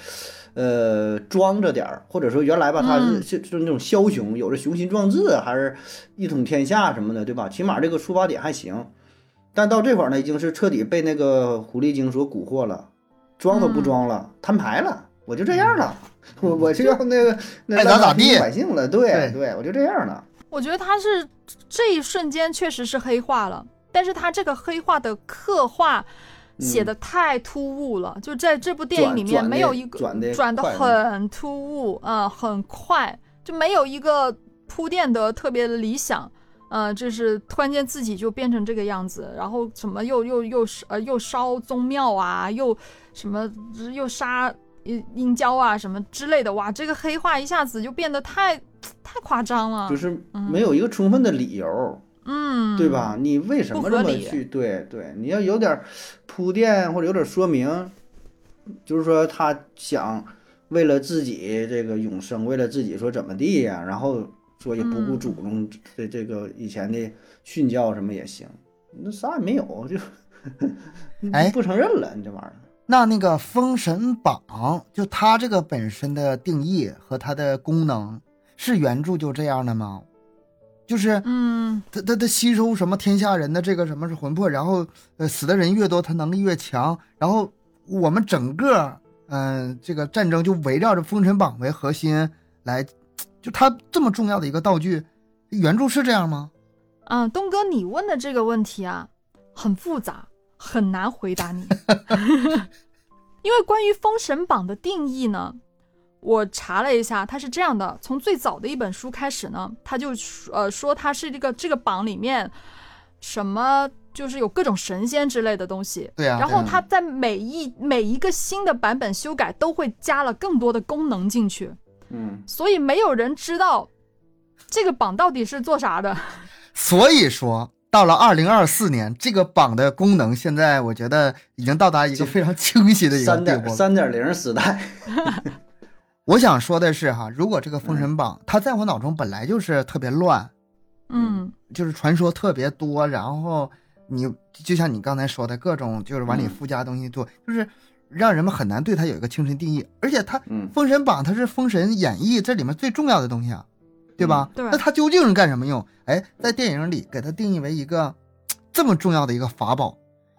呃，装着点儿，或者说原来吧，他是
嗯
是就是那种枭雄，有着雄心壮志，还是一统天下什么的，对吧？起码这个出发点还行，但到这会儿呢，已经是彻底被那个狐狸精所蛊惑了，装
嗯
都不装了，摊牌了，我就这样了， 我我就要 那个那
爱咋咋
烂大
地
街百姓了，对
对
对，我就这样了，
我觉得他是这一瞬间确实是黑化了，但是他这个黑化的刻画写的太突兀了，就在这部电影
嗯转
里面
转
没
得
有一个
转的
转的很突兀，嗯，很快，就没有一个铺垫的特别理想，嗯、就是突然间自己就变成这个样子，然后什么又又又呃又烧宗庙啊，又什么又杀殷殷郊啊什么之类的，哇，这个黑化一下子就变得太太夸张了，
就是没有一个充分的理由。
嗯，
对？吧？你为什
不
么
合
这么
理
去？对对，你要有点儿铺垫或者有点儿说明，就是说他想为了自己这个永生，为了自己说怎么地呀、然后说也不顾
嗯
祖宗这这个以前的训教什么也行，那啥也没有，就
哎
不承认了，你这玩意儿。
那那个《封神榜》，就它这个本身的定义和它的功能，是原著就这样的吗？就是
嗯，
他他他吸收什么天下人的这个什么是魂魄，然后呃死的人越多，他能力越强，然后我们整个嗯、呃这个战争就围绕着封神榜为核心来，就他这么重要的一个道具，原著是这样吗？
啊，东哥，你问的这个问题啊，很复杂，很难回答你。 因为关于《封神榜》的定义呢，我查了一下，它是这样的：从最早的一本书开始呢，它就说呃说它是这个这个榜里面什么就是有各种神仙之类的东西，
对啊，
然后
对啊
它在每一每一个新的版本修改都会加了更多的功能进去，
嗯，
所以没有人知道这个榜到底是做啥的。
所以说到了二零二四年，这个榜的功能现在我觉得已经到达一个非常清晰的一个
三
地
点
步了。
三点零时代，
我想说的是哈，如果这个封神榜，它在我脑中本来就是特别乱，
嗯
就是传说特别多，然后你就像你刚才说的各种，就是往里
嗯
附加东西多，就是让人们很难对它有一个精神定义。而且它《
嗯，
封神榜》它是《封神演义》这里面最重要的东西啊，对
嗯
吧？
对
那它究竟是干什么用？哎，在电影里给它定义为一个嘖这么重要的一个法宝，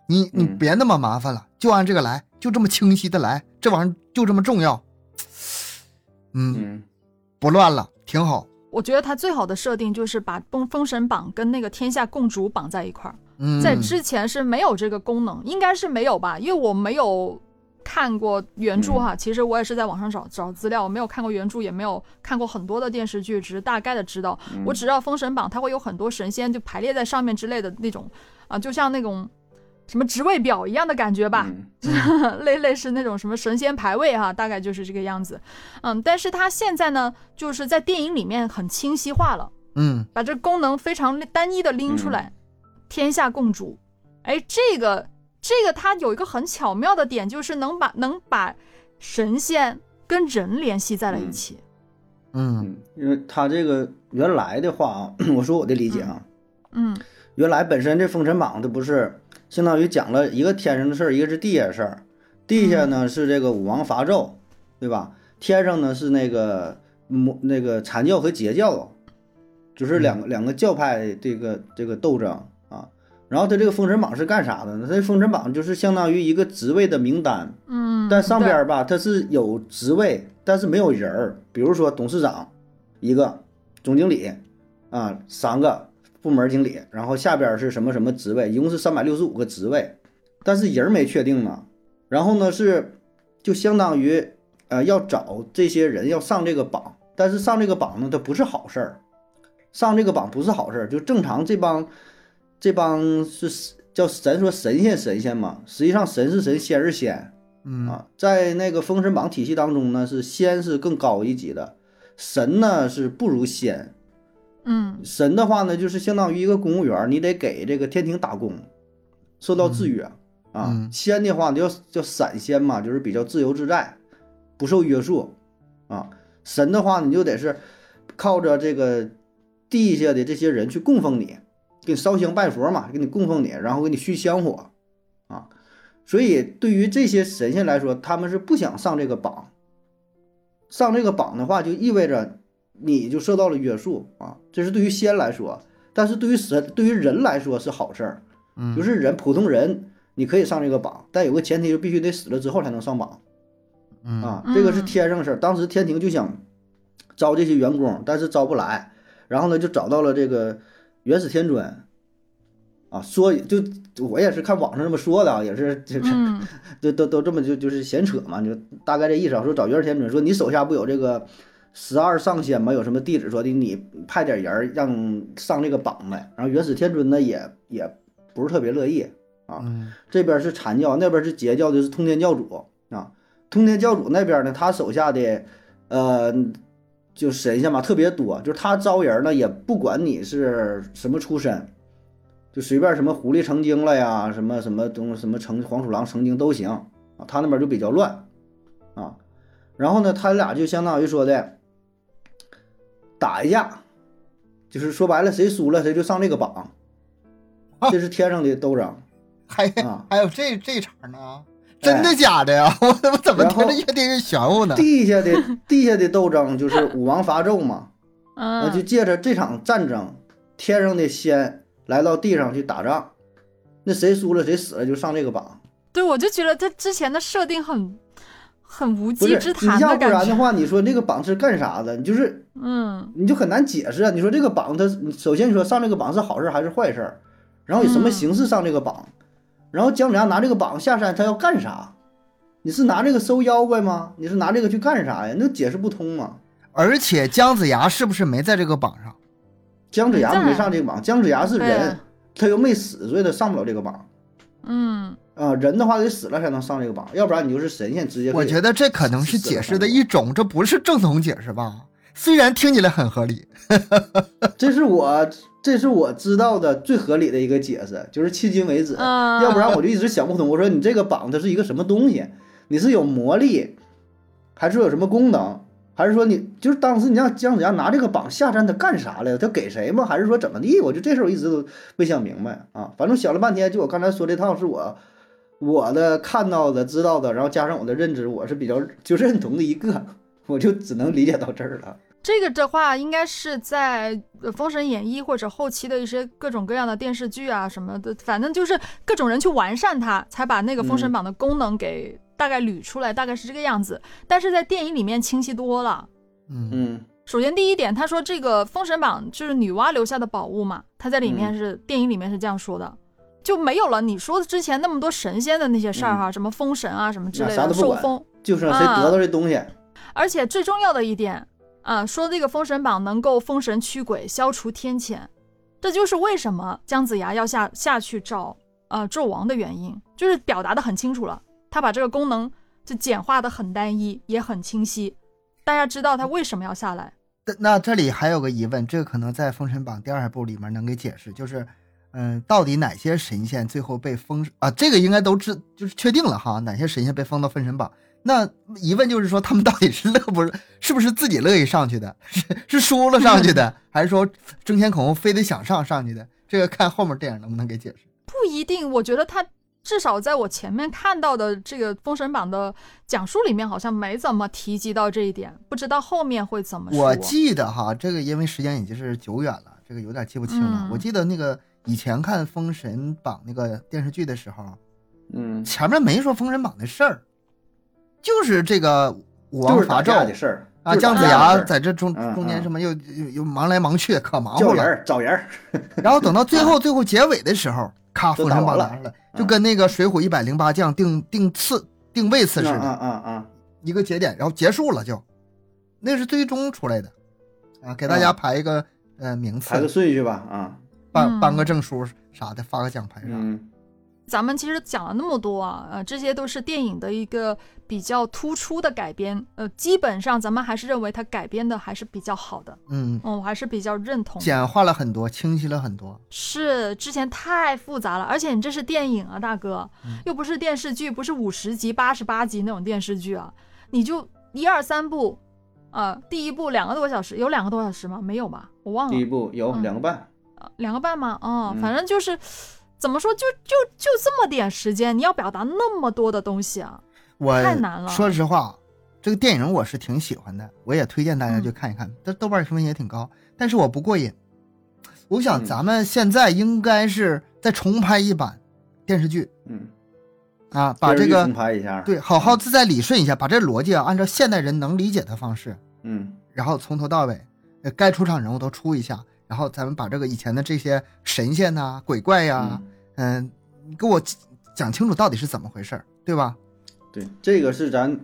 你你
嗯
别那么麻烦了，就按这个来，就这么清晰的来，这玩意儿就这么重要。嘖嗯，
嗯，
不乱了，挺好。
我觉得它最好的设定就是把《封封神榜》跟那个《天下共主》绑在一块儿，
嗯，
在之前是没有这个功能，应该是没有吧？因为我没有看过原著
嗯
哈，其实我也是在网上找找资料，我没有看过原著，也没有看过很多的电视剧，只是大概的知道。
嗯
我只知道《封神榜》它会有很多神仙就排列在上面之类的那种啊，就像那种什么职位表一样的感觉吧。
嗯
类类似那种什么神仙排位哈、大概就是这个样子。嗯，但是它现在呢，就是在电影里面很清晰化了，
嗯
把这功能非常单一的拎出
嗯
来，天下共主。哎，这个这个它有一个很巧妙的点，就是能把能把神仙跟人联系在了一起。
嗯
嗯，因为他这个原来的话啊， 我说我的理解啊，
嗯
原来本身这《封神榜》它不是相当于讲了一个天上的事儿，一个是地下的事儿。地下呢是这个武王伐纣，对吧？天上呢是那个魔那个禅教和截教，就是两个、两个教派这个这个斗争啊。然后它这个《封神榜》是干啥的呢？它《封神榜》就是相当于一个职位的名单，
嗯，
但上
对
边儿吧，它是有职位，但是没有人儿。比如说董事长一个，总经理啊三个，部门经理，然后下边儿是什么什么职位，一共是三百六十五个职位，但是人儿没确定呢。然后呢是就相当于呃要找这些人要上这个榜，但是上这个榜呢它不是好事儿，上这个榜不是好事儿，就正常这帮这帮是叫咱说神仙神仙嘛，实际上神是神仙是仙。
嗯
啊，在那个封神榜体系当中呢，是仙是更高一级的，神呢是不如仙。
嗯
神的话呢，就是相当于一个公务员儿，你得给这个天庭打工，受到制约、啊
嗯。
仙的话呢，叫叫散仙嘛，就是比较自由自在，不受约束啊。神的话，你就得是靠着这个地下的这些人去供奉你，给你烧香拜佛嘛，给你供奉你，然后给你续香火啊。所以对于这些神仙来说，他们是不想上这个榜。上这个榜的话，就意味着你就受到了约束啊。这是对于仙来说，但是对于神、对于人来说是好事儿。
嗯，
就是人普通人，你可以上这个榜，但有个前提，就必须得死了之后才能上榜
嗯
啊。
嗯
这个是天上的事儿。当时天庭就想招这些员工，但是招不来，然后呢就找到了这个元始天尊啊，说就我也是看网上这么说的啊，也是 就是
嗯
都都都这么就就是闲扯嘛，就大概这意思啊。说找元始天尊说你手下不有这个十二上仙吗？有什么弟子说的你派点人儿让上这个榜呗。然后元始天尊呢也也不是特别乐意，
嗯
这边是禅教，那边是截教的是通天教主啊。通天教主那边呢，他手下的呃就神仙嘛特别多，就是他招人呢也不管你是什么出身，就随便什么狐狸成精了呀，什么什么东什么成黄鼠狼成精都行啊。他那边就比较乱啊。然后呢，他俩就相当于说的打一架，就是说白了谁输了谁就上这个榜，这是天上的斗争
还
啊。
还有这这茬呢？真的假的呀？ 我怎么怎么
哎然后
听着越听越玄乎 呢？
地下的地下的斗争就是武王伐纣嘛，那就
嗯
借着这场战争，天上的仙来到地上去打仗，那谁输了谁死了就上这个榜。
对，我就觉得他之前的设定很很无
不
稽之
是
谈
你要
的
不然
感
的
觉。
话，你说这个榜是干啥的？你就是
嗯
你就很难解释啊。你说这个榜它你首先你说上这个榜是好事还是坏事儿，然后以什么
嗯
形式上这个榜，然后姜子牙拿这个榜下山他要干啥？你是拿这个收妖怪吗？你是拿这个去干啥呀？那解释不通嘛。
而且姜子牙是不是没在这个榜上？
姜子牙
没在
没上这个榜，姜子牙是
对
人
啊，
他又没死，所以他上不了这个榜
嗯
啊、人的话得死了才能上这个榜，要不然你就是神仙直接可以。
我觉得这可能是解释的一种，这不是正统解释吧？虽然听起来很合理，
这是我这是我知道的最合理的一个解释，就是迄今为止，
嗯，
要不然我就一直想不通。我说你这个榜它是一个什么东西？你是有魔力，还是有什么功能？还是说你就是当时你让姜子牙拿这个榜下山，他干啥来了？他给谁吗？还是说怎么地？我就这事儿我一直都没想明白啊。反正想了半天，就我刚才说这套是我我的看到的、知道的，然后加上我的认知，我是比较就认同的一个，我就只能理解到这儿了。
这个的话，应该是在呃《封神演义》或者后期的一些各种各样的电视剧啊什么的，反正就是各种人去完善它，才把那个《封神
嗯
榜》的功能给大概捋出来，大概是这个样子。但是在电影里面清晰多了。
嗯，
嗯
首先第一点，他说这个《封神榜》就是女娲留下的宝物嘛，他在里
嗯
面是、电影里面是这样说的，就没有了你说的之前那么多神仙的那些事儿哈，什么封神啊什么之类
嗯那啥
的，
都不
受
管
封。
就是谁得到这东西，
而且最重要的一点啊，说这个封神榜能够封神驱鬼，消除天谴，这就是为什么姜子牙要下下去找呃纣王的原因，就是表达的很清楚了，他把这个功能就简化的很单一，也很清晰，大家知道他为什么要下来。
但那这里还有个疑问，这个可能在《封神榜》第二部里面能给解释，就是，嗯，到底哪些神仙最后被封啊？这个应该都知，就是确定了哈，哪些神仙被封到封神榜？那疑问就是说，他们到底是乐不是，是不是自己乐意上去的，是是输了上去 的，还是说争先恐后非得想上上去的？这个看后面电影能不能给解释。
不一定，我觉得他至少在我前面看到的这个《封神榜》的讲述里面，好像没怎么提及到这一点，不知道后面会
啊
怎么说。
我记得哈，这个因为时间已经是久远了，这个有点记不清了。
嗯
我记得那个以前看《封神榜》那个电视剧的时候，
嗯，
前面没说《封神榜》的事儿，就是这个武
就
王
是打
伐
架的
纣
事儿
啊，
就是打
姜
架
子
的
牙
事儿
在这中
嗯
中间
嗯
什么又又又忙来忙去，可忙
叫
活
人
了。
儿找人儿，
然后等到最后最后结尾的时候，咔，《
都
封
打
神榜》
完了
拿上来，就跟那个《水浒一百零八将》定定次定位次似
啊
的，
啊啊！
一个节点，然后结束了就，那是最终出来的啊，给大家
嗯
排一个呃名次
排，个顺序吧啊，
颁颁
嗯
个证书啥的，发个奖牌啥的。
嗯
咱们其实讲了那么多啊，呃，这些都是电影的一个比较突出的改编，呃，基本上咱们还是认为它改编的还是比较好的，
嗯，
嗯，我还是比较认同。
简化了很多，清晰了很多。
是之前太复杂了，而且你这是电影啊，大哥，
嗯
又不是电视剧，不是五十集、八十八集那种电视剧啊，你就一二三部，啊，第一部两个多小时，有两个多小时吗？没有吧，我忘
第一
了，
部有
嗯
两个半，
呃两个半吗？哦，
嗯
反正就是怎么说，就就就这么点时间，你要表达那么多的东西啊，
我
太难了
说实话，这个电影我是挺喜欢的，我也推荐大家
嗯
去看一看。但豆瓣评分也挺高，但是我不过瘾。我想
嗯
咱们现在应该是再重拍一版电视剧
嗯，
啊，把
电视
这
剧
个
重拍一下，
对好好再理顺一下，把这逻辑啊按照现代人能理解的方式，
嗯，
然后从头到尾，呃该出场人物都出一下，然后咱们把这个以前的这些神仙呐、鬼怪呀、
嗯
嗯、给我讲讲清楚到底是怎么回事儿，对吧？
对，这个是咱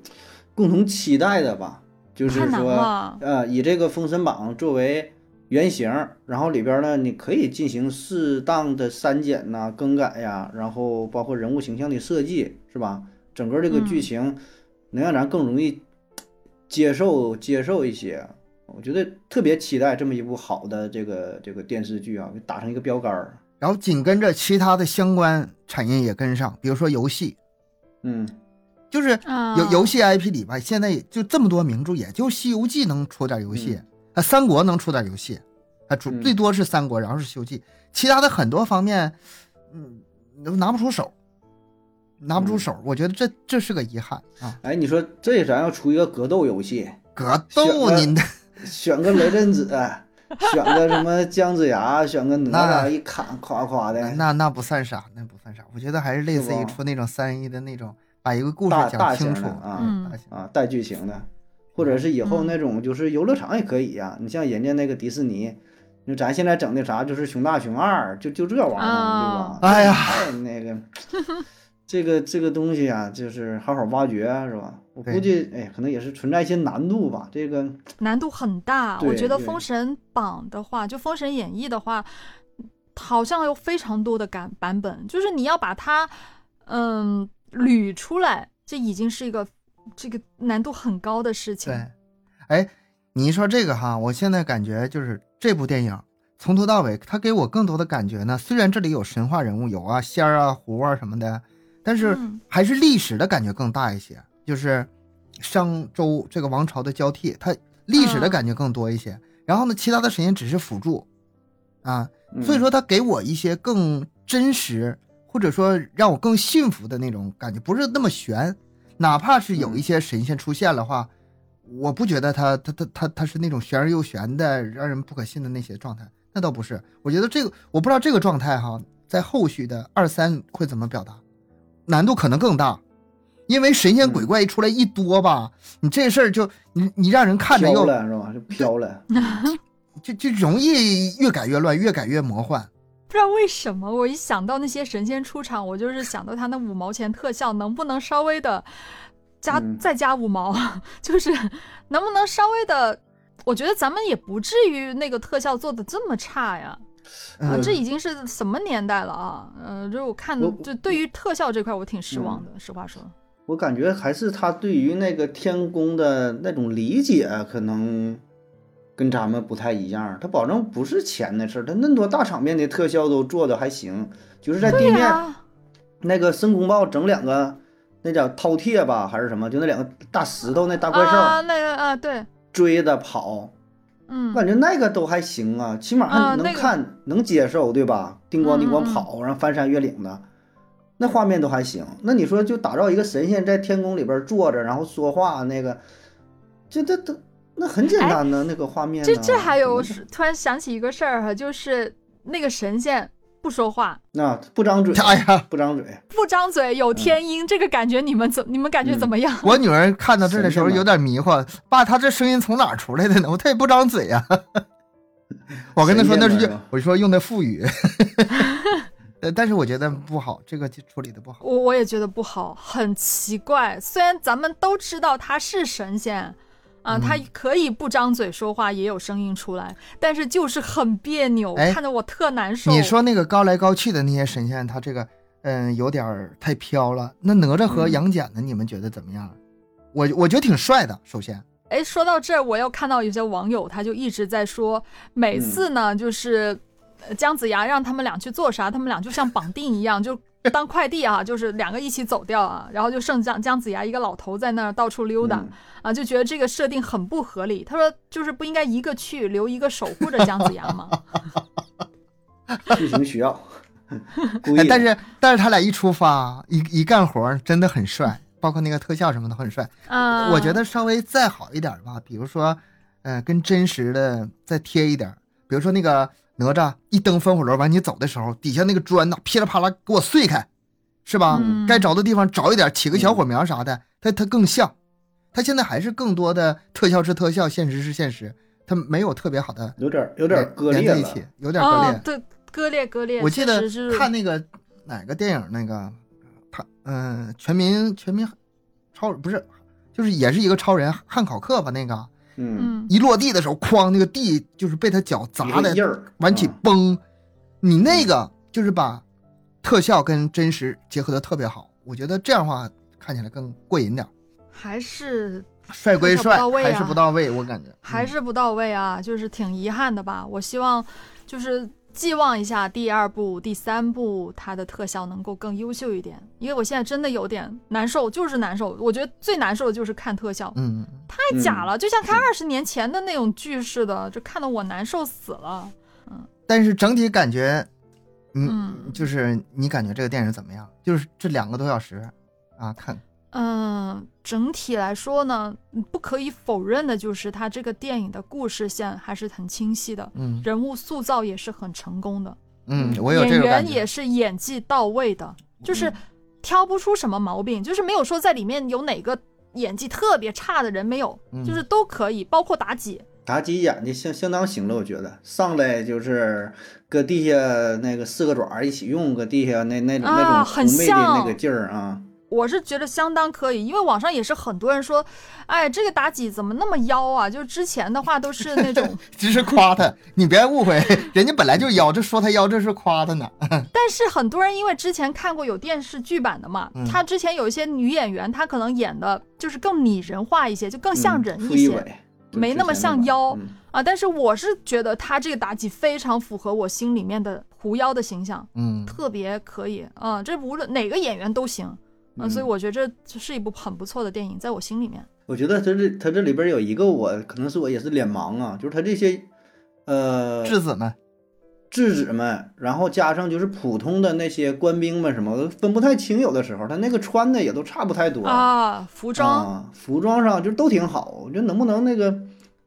共同期待的吧，就是
太难
说，
了。
呃，以这个《封神榜》作为原型，然后里边呢，你可以进行适当的删减呐、更改呀，然后包括人物形象的设计，是吧？整个这个
嗯
剧情能让咱更容易接受接受一些。我觉得特别期待这么一部好的这个这个电视剧啊，给打上一个标杆儿。
然后紧跟着其他的相关产业也跟上，比如说游戏，
嗯，
就是
啊，
游游戏 IP 里吧，现在也就这么多名著，也就《西游记》能出点游戏，啊，《三国》能出点游戏，啊，主
嗯
最多是《三国》，然后是《西游记》，其他的很多方面，嗯，都拿不出手，拿不出
嗯
手，我觉得这这是个遗憾啊。
哎，你说这咱要出一个格斗游戏，
格
选
斗
个
你的
选个雷震子，选个什么姜子 牙，选个哪
那
吒，一砍夸夸的，
那那不算啥，那不算啥，我觉得还是类似于
哎是吧
出那种三一的那种，把一个故事
大
讲
大
清
型
楚
的啊
嗯
嗯
大型
啊，带剧情的，或者是以后
嗯
那种就是游乐场也可以呀、你像人家那个迪士尼，你说咱现在整那啥就是熊大熊二，就就这玩意儿，
啊
对吧？
哎呀
太那个这个这个东西啊，就是好好挖掘是吧？我
对
估计哎，可能也是存在一些难度吧。这个
难度很大。
对
我觉得《
对
封神榜》的话，就《封神演义》的话，好像有非常多的版版本，就是你要把它嗯捋出来，这已经是一个这个难度很高的事情。
对，哎，你一说这个哈，我现在感觉就是这部电影从头到尾，它给我更多的感觉呢。虽然这里有神话人物，有啊仙儿啊、狐啊什么的，但是
嗯
还是历史的感觉更大一些，就是商周这个王朝的交替，它历史
嗯
的感觉更多一些。然后呢，其他的神仙只是辅助啊，
嗯
所以说它给我一些更真实，或者说让我更信服的那种感觉，不是那么悬。哪怕是有一些神仙出现的话，
嗯
我不觉得它它它它它是那种玄而又玄的，让人不可信的那些状态，那倒不是。我觉得这个我不知道这个状态哈，在后续的二三会怎么表达，难度可能更大。因为神仙鬼
嗯
怪一出来一多吧，你这事儿就你你让人看着
飘
又
了是吧？就飘了，
就就容易越改越乱，越改越魔幻。
不知道为什么，我一想到那些神仙出场，我就是想到他那五毛钱特效，能不能稍微的加、
嗯
再加五毛， 就是能不能稍微的。我觉得咱们也不至于那个特效做的这么差呀，啊，
嗯
这已经是什么年代了啊？嗯、呃，就我看
呃我，嗯
就对于特效这块，我挺失望的。实话说，
我感觉还是他对于那个天宫的那种理解，啊可能跟咱们不太一样。他保证不是钱的事儿，他那么多大场面的特效都做的还行，就是在地
对啊
面、
呀、
那个申公豹整两个那叫饕餮吧，还是什么，就那两个大石头那大
啊，
怪兽、
那个啊，对，
追着跑，
嗯
我，感觉那个都还行啊，起
啊
码
那
能
个
看、能接受，对吧？叮咣叮咣
嗯嗯嗯
跑，然后翻山越岭的，那画面都还行。那你说就打造一个神仙在天宫里边坐着，然后说话那个，这这这那很简单呢，那个画面
哎
呢。嗯
这这还有，我
怎么
是突然想起一个事儿哈，就是那个神仙不说话，
那不张嘴，
哎呀，
不张嘴，
不张嘴有天音，这个感觉你们怎你们感觉怎么 样？
我女儿看到这儿的时候
神仙吧啊
有点迷惑，爸，他这声音从哪儿出来的呢？我她也不张嘴呀、 我跟她说
神啊
那
仙
是
吧
用，我说用的 腹语。呃，但是我觉得不好，这个就处理的不好。
我我也觉得不好，很奇怪。虽然咱们都知道他是神仙。啊，
嗯
他可以不张嘴说话，也有声音出来，但是就是很别扭，
哎
看得我特难受。
你说那个高来高去的那些神仙，他这个嗯有点儿太飘了。那哪吒和
嗯
杨戬呢？你们觉得怎么样？啊我我觉得挺帅的，首先。
哎，说到这儿，我又看到有些网友他就一直在说，
嗯
每次呢、就是呃姜子牙让他们俩去做啥，他们俩就像绑定一样，就当快递啊，就是两个一起走掉啊，然后就剩姜姜子牙一个老头在那儿到处溜达、
嗯
啊，就觉得这个设定很不合理。他说就是不应该一个去留一个守护着姜子牙吗？
剧情需 要，故意
哎
的。
但是但是他俩一出发一一干活儿真的很帅，包括那个特效什么的很帅。
啊，
我觉得稍微再好一点儿吧，比如说，呃，跟真实的再贴一点儿，比如说那个哪吒一蹬风火轮往你走的时候，底下那个砖呐噼里啪啦给我碎开，是吧？
嗯
该着的地方着一点，起个小
嗯
火苗啥的，它它更像。它现在还是更多的特效是特效，现实是现实，它没有特别好的
有点有点割
连
裂
在一
了，
起，有点割裂。
啊，对，割裂割裂，
我记得
确实是
看那个哪个电影那个他嗯、全民全民超不是就是也是一个超人汉考克吧那个
嗯，
嗯
一落地的时候哐那个地就是被他脚砸
一个
的
印儿嗯
完起
啊
崩，你那个就是把特效跟真实结合的特别好，我觉得这样的话看起来更过瘾点儿。
还是
帅归
特效不
帅，
到位
还
啊
是不到位，我感觉嗯
还是不到位啊，就是挺遗憾的吧。我希望就是寄望一下第二部、第三部它的特效能够更优秀一点，因为我现在真的有点难受，就是难受。我觉得最难受的就是看特效，
嗯，嗯
太假了，就像看二十年前的那种剧似的，就看得我难受死了。
但是整体感觉，嗯，
嗯
就是你感觉这个电影怎么样？就是这两个多小时啊，看
嗯，整体来说呢，嗯不可以否认的就是它这个电影的故事线还是很清晰的，
嗯
人物塑造也是很成功的。
嗯，
嗯
我有
演
这个感
员也
觉。嗯
是演技到位的，就是挑不出什么毛病，就是没有说在里面有哪个演技特别差的人没有，
嗯
就是都可以，包括妲己。
妲己演的相相当行了，我觉得上来就是搁地下那个四个爪儿一起用，搁地下那那种、
啊
那种
很
妩媚的那
像
个劲儿啊，
我是觉得相当可以，因为网上也是很多人说，哎，这个妲己怎么那么妖啊？就是之前的话都是那种，
只是夸他，你别误会， 人家本来就是妖，这说他妖，这是夸他呢。
但是很多人因为之前看过有电视剧版的嘛，
嗯
她之前有一些女演员，她可能演的就是更拟人化一些，就更像
嗯
人
傅
一
艺
些。
伟就
没
之
那么
前
像
版
妖
嗯
啊，但是我是觉得他这个妲己非常符合我心里面的狐妖的形象，
嗯，
特别可以啊、这无论哪个演员都行啊、
嗯
所以我觉得这是一部很不错的电影，在我心里面，
我觉得他这他这里边有一个我可能是我也是脸盲啊，就是他这些呃
质子们，
质子们，然后加上就是普通的那些官兵们什么，我都分不太清。有的时候他那个穿的也都差不太多，
啊，服装，
啊、服装上就都挺好。我觉得能不能那个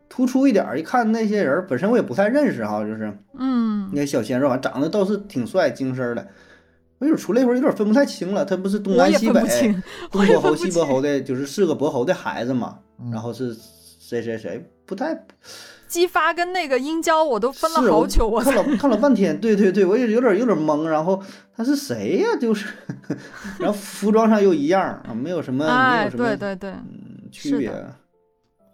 突出一点儿？一看那些人本身我也不太认识哈，就是
嗯，
那小鲜肉啊，长得倒是挺帅、精身儿的。我有出来一会儿有点分不太清了，他不是东
我
南
也
西
分不
北，
清，我
东
也
伯
分
侯、
不
西伯
清，
侯的，就是是个伯侯的孩子嘛。
嗯
然后是谁谁谁，不太
姬发跟那个殷郊我都分了
是
好久，
我
我
看了看了半天，对对对，我也有点有点懵。然后他是谁呀、就是， 然后服装上又一样儿，啊没有什么没
哎，
有什么
对对对，
嗯
是
区
的
别。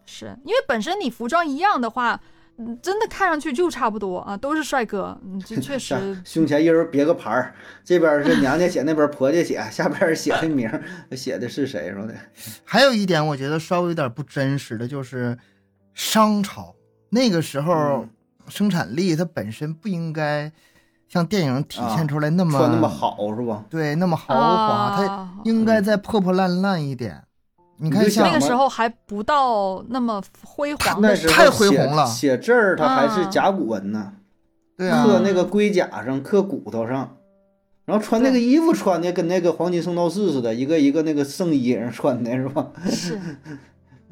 是因为本身你服装一样的话。嗯，真的看上去就差不多啊，都是帅哥，嗯，这 确
是
实
胸前一人别个牌儿，这边儿是娘家写，那边儿婆家写， 下边儿写的名儿，写的是谁说的？
还有一点我觉得稍微有点不真实的就是商朝那个时候
嗯
生产力它本身不应该像电影体
啊
现出来那么
穿那么好是吧？
对那么豪华，它
啊
应该再破破烂烂一点。你看
你就
像
想
那个
嘛
时候还不到那么 辉煌
那
的
时
时
候
候，
太恢
写
宏了
写字儿它还是
啊
甲骨文呢，
对啊，
刻那个龟甲上，刻骨头上。然后穿那个衣服穿的跟那个黄金圣斗士似的，一个一个那个圣衣人穿的是吧？
是，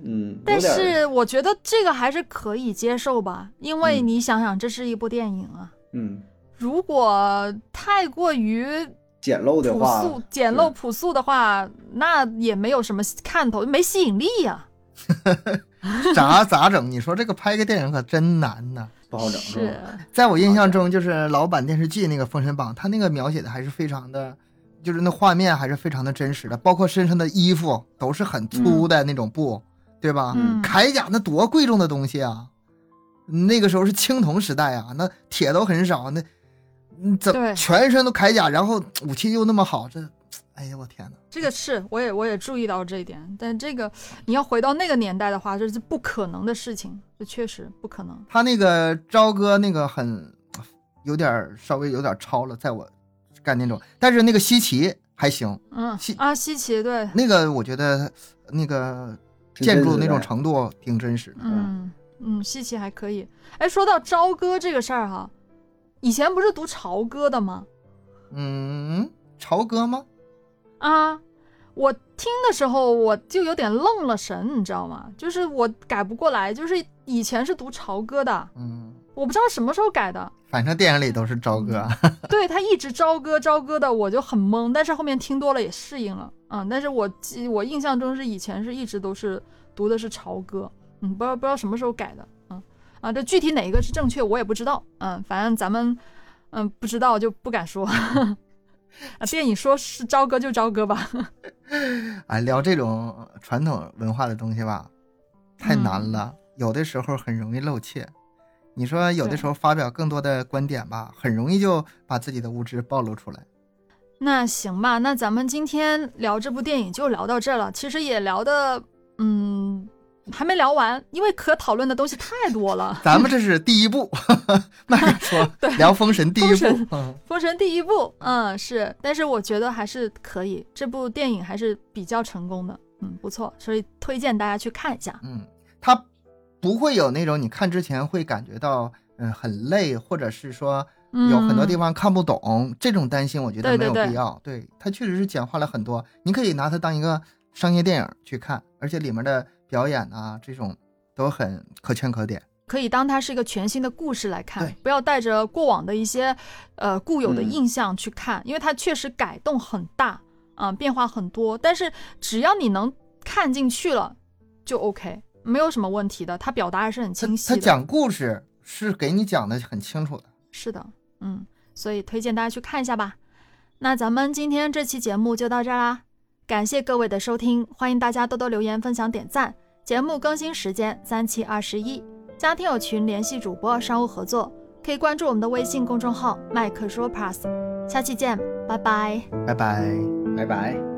嗯，有
但
点儿
是我觉得这个还是可以接受吧，因为
嗯
你想想，这是一部电影啊，
嗯
如果太过于
简陋的
朴
话，
素、简陋、朴素的话，那也没有什么看头，没吸引力呀、
咋咋整？你说这个拍个电影可真难呐！
不好整是
是
吧？，
在我印象中，就是老版电视剧那个《封神榜》，它那个描写的还是非常的，就是那画面还是非常的真实的，包括身上的衣服都是很粗的那种布，对吧？
嗯
铠甲那多贵重的东西啊！那个时候是青铜时代啊，那铁都很少，那嗯怎
对
全身都铠甲，然后武器又那么好，这，哎呀我天哪！
这个是我也我也注意到这一点，但这个你要回到那个年代的话，这是不可能的事情，这确实不可能。
他那个朝歌那个很有点儿稍微有点儿超了，在我干那种，但是那个西奇还行，
嗯
西
啊，西奇对，
那个我觉得那个
挺
建
真
筑
实
那种
的
程度挺真实的。
嗯嗯，西奇还可以。哎，说到朝歌这个事儿哈，以前不是读朝歌的吗？
嗯，朝歌吗？
啊，我听的时候我就有点愣了神，你知道吗？就是我改不过来，就是以前是读朝歌的，
嗯，
我不知道什么时候改的。
反正电影里都是朝歌。
嗯
对他一直朝歌朝歌的，我就很懵，但是后面听多了也适应了，嗯，但是我记我印象中是以前是一直都是读的是朝歌，嗯，不知道不知道什么时候改的，嗯啊，这具体哪一个是正确我也不知道，嗯，反正咱们嗯不知道就不敢说， 啊，电影说是朝歌就朝歌吧，
哎，聊这种传统文化的东西吧，太难
嗯
了，有的时候很容易露怯。你说有的
对
时候发表更多的观点吧，很容易就把自己的无知暴露出来。
那行吧，那咱们今天聊这部电影就聊到这儿了，其实也聊的嗯还没聊完，因为可讨论的东西太多了。
咱们这是第一步， 慢点 说，聊《封神》第一
封神
步。嗯
封神第一部，嗯，是，但是我觉得还是可以，这部电影还是比较成功的，嗯，不错，所以推荐大家去看一下。
嗯，它不会有那种你看之前会感觉到嗯很累，或者是说
嗯，
有很多地方看不懂，这种担心我觉
对
得没
对
有
对
必要。对它确实是简化了很多，你可以拿它当一个商业电影去看，而且里面的表演啊这种都很可圈可点。
可以当它是一个全新的故事来看
对，
不要带着过往的一些呃固有的
嗯
印象去看，因为它确实改动很大啊、变化很多，但是只要你能看进去了，就 OK，没有什么问题的，它表达还是很
它
清晰
它
的。
讲故事是给你讲的很清楚的。
是的，嗯，所以推荐大家去看一下吧。那咱们今天这期节目就到这儿啦，感谢各位的收听，欢迎大家多多留言、分享、点赞。节目更新时间三七二十一，加听友群联系主播商务合作，可以关注我们的微信公众号“麦克说 Plus”。下期见，拜拜。
拜拜。
拜拜。